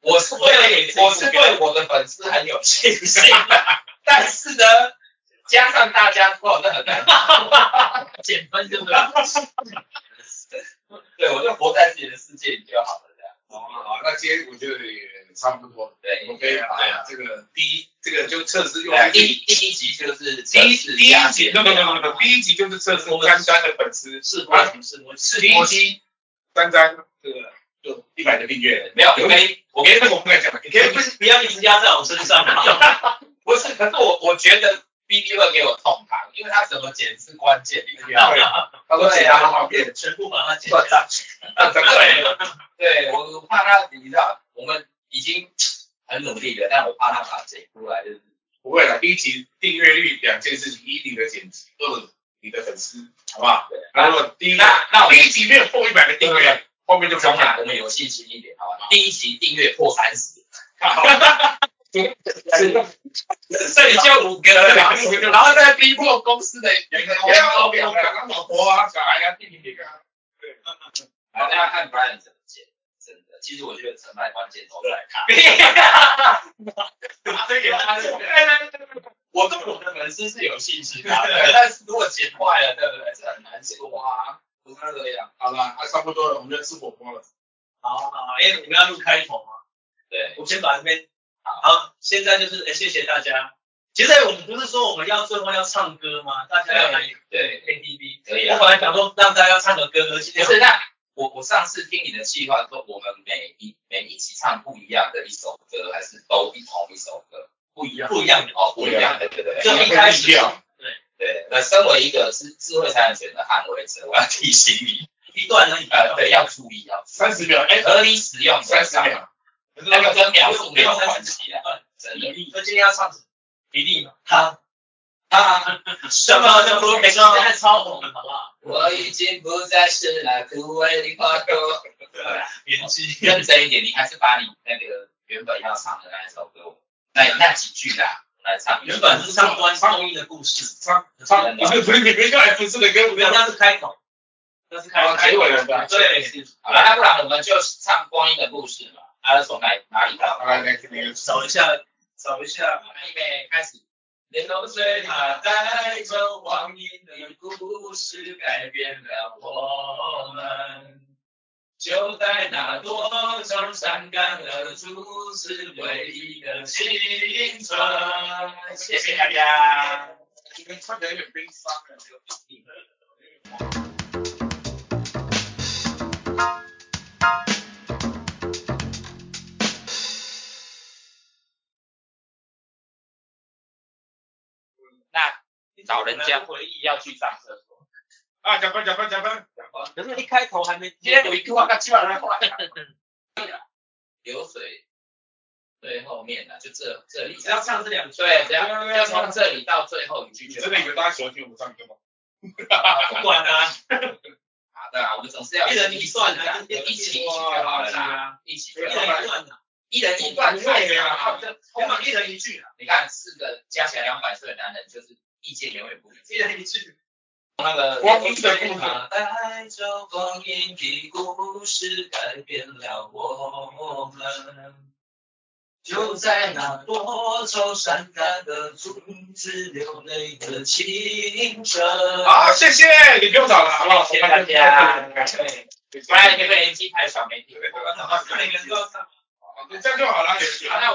S3: 我是对我是对我的粉丝很有信心，但是呢，加上大家做那很难，
S4: 减分对不对？
S3: 对我就活在自己的世界里就好了，这样。
S2: 好，那今天我觉得也差不多了，
S3: 对
S2: 我们可以
S4: 对啊
S2: 把这个第一这个就测试用
S3: 对，第
S2: 哎第
S3: 一第一集就是
S2: 第一第一集，
S3: 那
S2: 没有没有没有，第一集就是测试单单的粉丝，
S1: 是模型，是模型。
S2: 第一集单单这个就一百个订阅。
S3: 没有，我没我
S2: 我
S3: 没
S2: 没跟我们来讲，你
S1: 你可以不不要一直压在我身上嘛。
S3: 不是，可是我我觉得 B B 会给我痛堂，因为他怎么剪是关键里面。
S2: 他说其他方面，
S1: 全部把它剪
S3: 对
S1: 掉。
S2: 对，
S3: 对，我怕他，你知道，我们已经很努力了，但我怕他把它剪出来，就是
S2: 不会了。第一集订阅率两件事情，一你的剪辑，二你的粉丝，好不好？
S3: 对。
S2: 然后如果第一
S3: 那那我
S2: 第
S3: 们
S2: 一集没有破一百个订阅，后面就不
S3: 重
S2: 用
S3: 来，
S2: 了。
S3: 我们有信心一点，好吧？第一集订阅破三十，剩下五个了，然后再逼迫公司的员工。
S2: 不要不要讲老婆啊，小孩啊，弟弟啊，
S3: 好，那要看 Brian 怎么剪，真的，其实我觉得成败关键都在他。我对我的粉丝是有信心的，对但是如果剪坏了，对不对？这很难说啊，不是这样。
S2: 好了，那差不多了，我们就吃火锅了。
S1: 好好好，哎，你们要录开头吗？
S3: 对，
S1: 我先把这边好，现在就是哎，谢谢大家。其实我们不是说我们要最后要唱歌吗？大家要来
S3: 对
S1: KTV。
S3: 可以
S1: 我
S3: 啊。
S1: 本来想说让大家唱个歌，而
S3: 不
S1: 且
S3: 是，那我我上次听你的计划说，我们每一每一集唱不一样的一首歌，还是都一同一首歌？
S4: 不一样，
S1: 不一样的。
S3: 哦，不一样的，对对
S1: 就
S3: 对。
S1: 一开始
S3: 对，那身为一个是智慧财产权的捍卫者，我要提醒你，
S1: 一段而已。
S3: 呃，对，要注意，要
S2: 三十秒，哎，
S3: 合理使用
S2: 三十秒，
S3: 那个跟描述没有关系啊，
S1: 段。
S3: 真
S1: 比
S3: 的。
S1: 例，那今天要唱什么？比例嘛。好，
S3: 啊，
S1: 什么都不没说，现在超红的好不好？
S3: 我已经不再是那枯萎的花朵。
S1: 年纪。
S3: 认真一点，你还是把你那个原本要唱的那一首歌，那那几句啦，来唱一下。
S1: 原本是唱关中医的故事，
S2: 唱唱，不是不是，你们要来不是的歌，不
S1: 没有，
S2: 要
S1: 那是开头，那是开头。
S2: 啊结尾了对吧
S1: 对，
S3: 好了，那不然我们就唱光阴的故事嘛，它是从哪哪里到？
S2: 来来，那个
S1: 找一下，找一下。
S3: 预备开始。连同水它带着光阴的故事，改变了我们。就在那多愁善感的初次回忆的青春。谢谢大家。
S2: 你们唱的有点悲伤哎。
S3: 那老人家回忆要去上厕所。
S2: 啊，加班加班加班，
S1: 可是，一开头还没
S3: 今天有一句话，他基本上后来讲。流水最后面的，就这这里啊。
S1: 只要唱这两句，
S3: 对，只要要从这里到最后一句
S2: 你
S3: 就
S2: 真的以为大家喜欢听我们唱歌吗？
S1: 不管啦，
S3: 好的啊，我们总是要
S1: 一人一段啊
S3: 一起一起就好了啦，
S1: 啊，
S3: 一起
S1: 一
S3: 就
S1: 人
S3: 好
S1: 一
S3: 了，
S1: 段啊，
S3: 一人一段太
S2: 啊
S3: 难了，
S1: 我们一人一句啊，
S3: 你看四个加起来两百岁的男人，就是意见永远不一
S1: 一
S3: 致。
S1: 人一句。
S3: 那个
S2: 光阴的故事
S3: 带着光阴的故事改变了我们。就在那多愁善感的阻止流泪的青春。
S2: 好，啊谢谢，你不用找了，好不好？
S3: 谢谢哎大家。不
S2: 拜
S3: 然你被人气太少没听过。
S1: 每个人都要上。
S2: 这样就好了。
S4: 好，那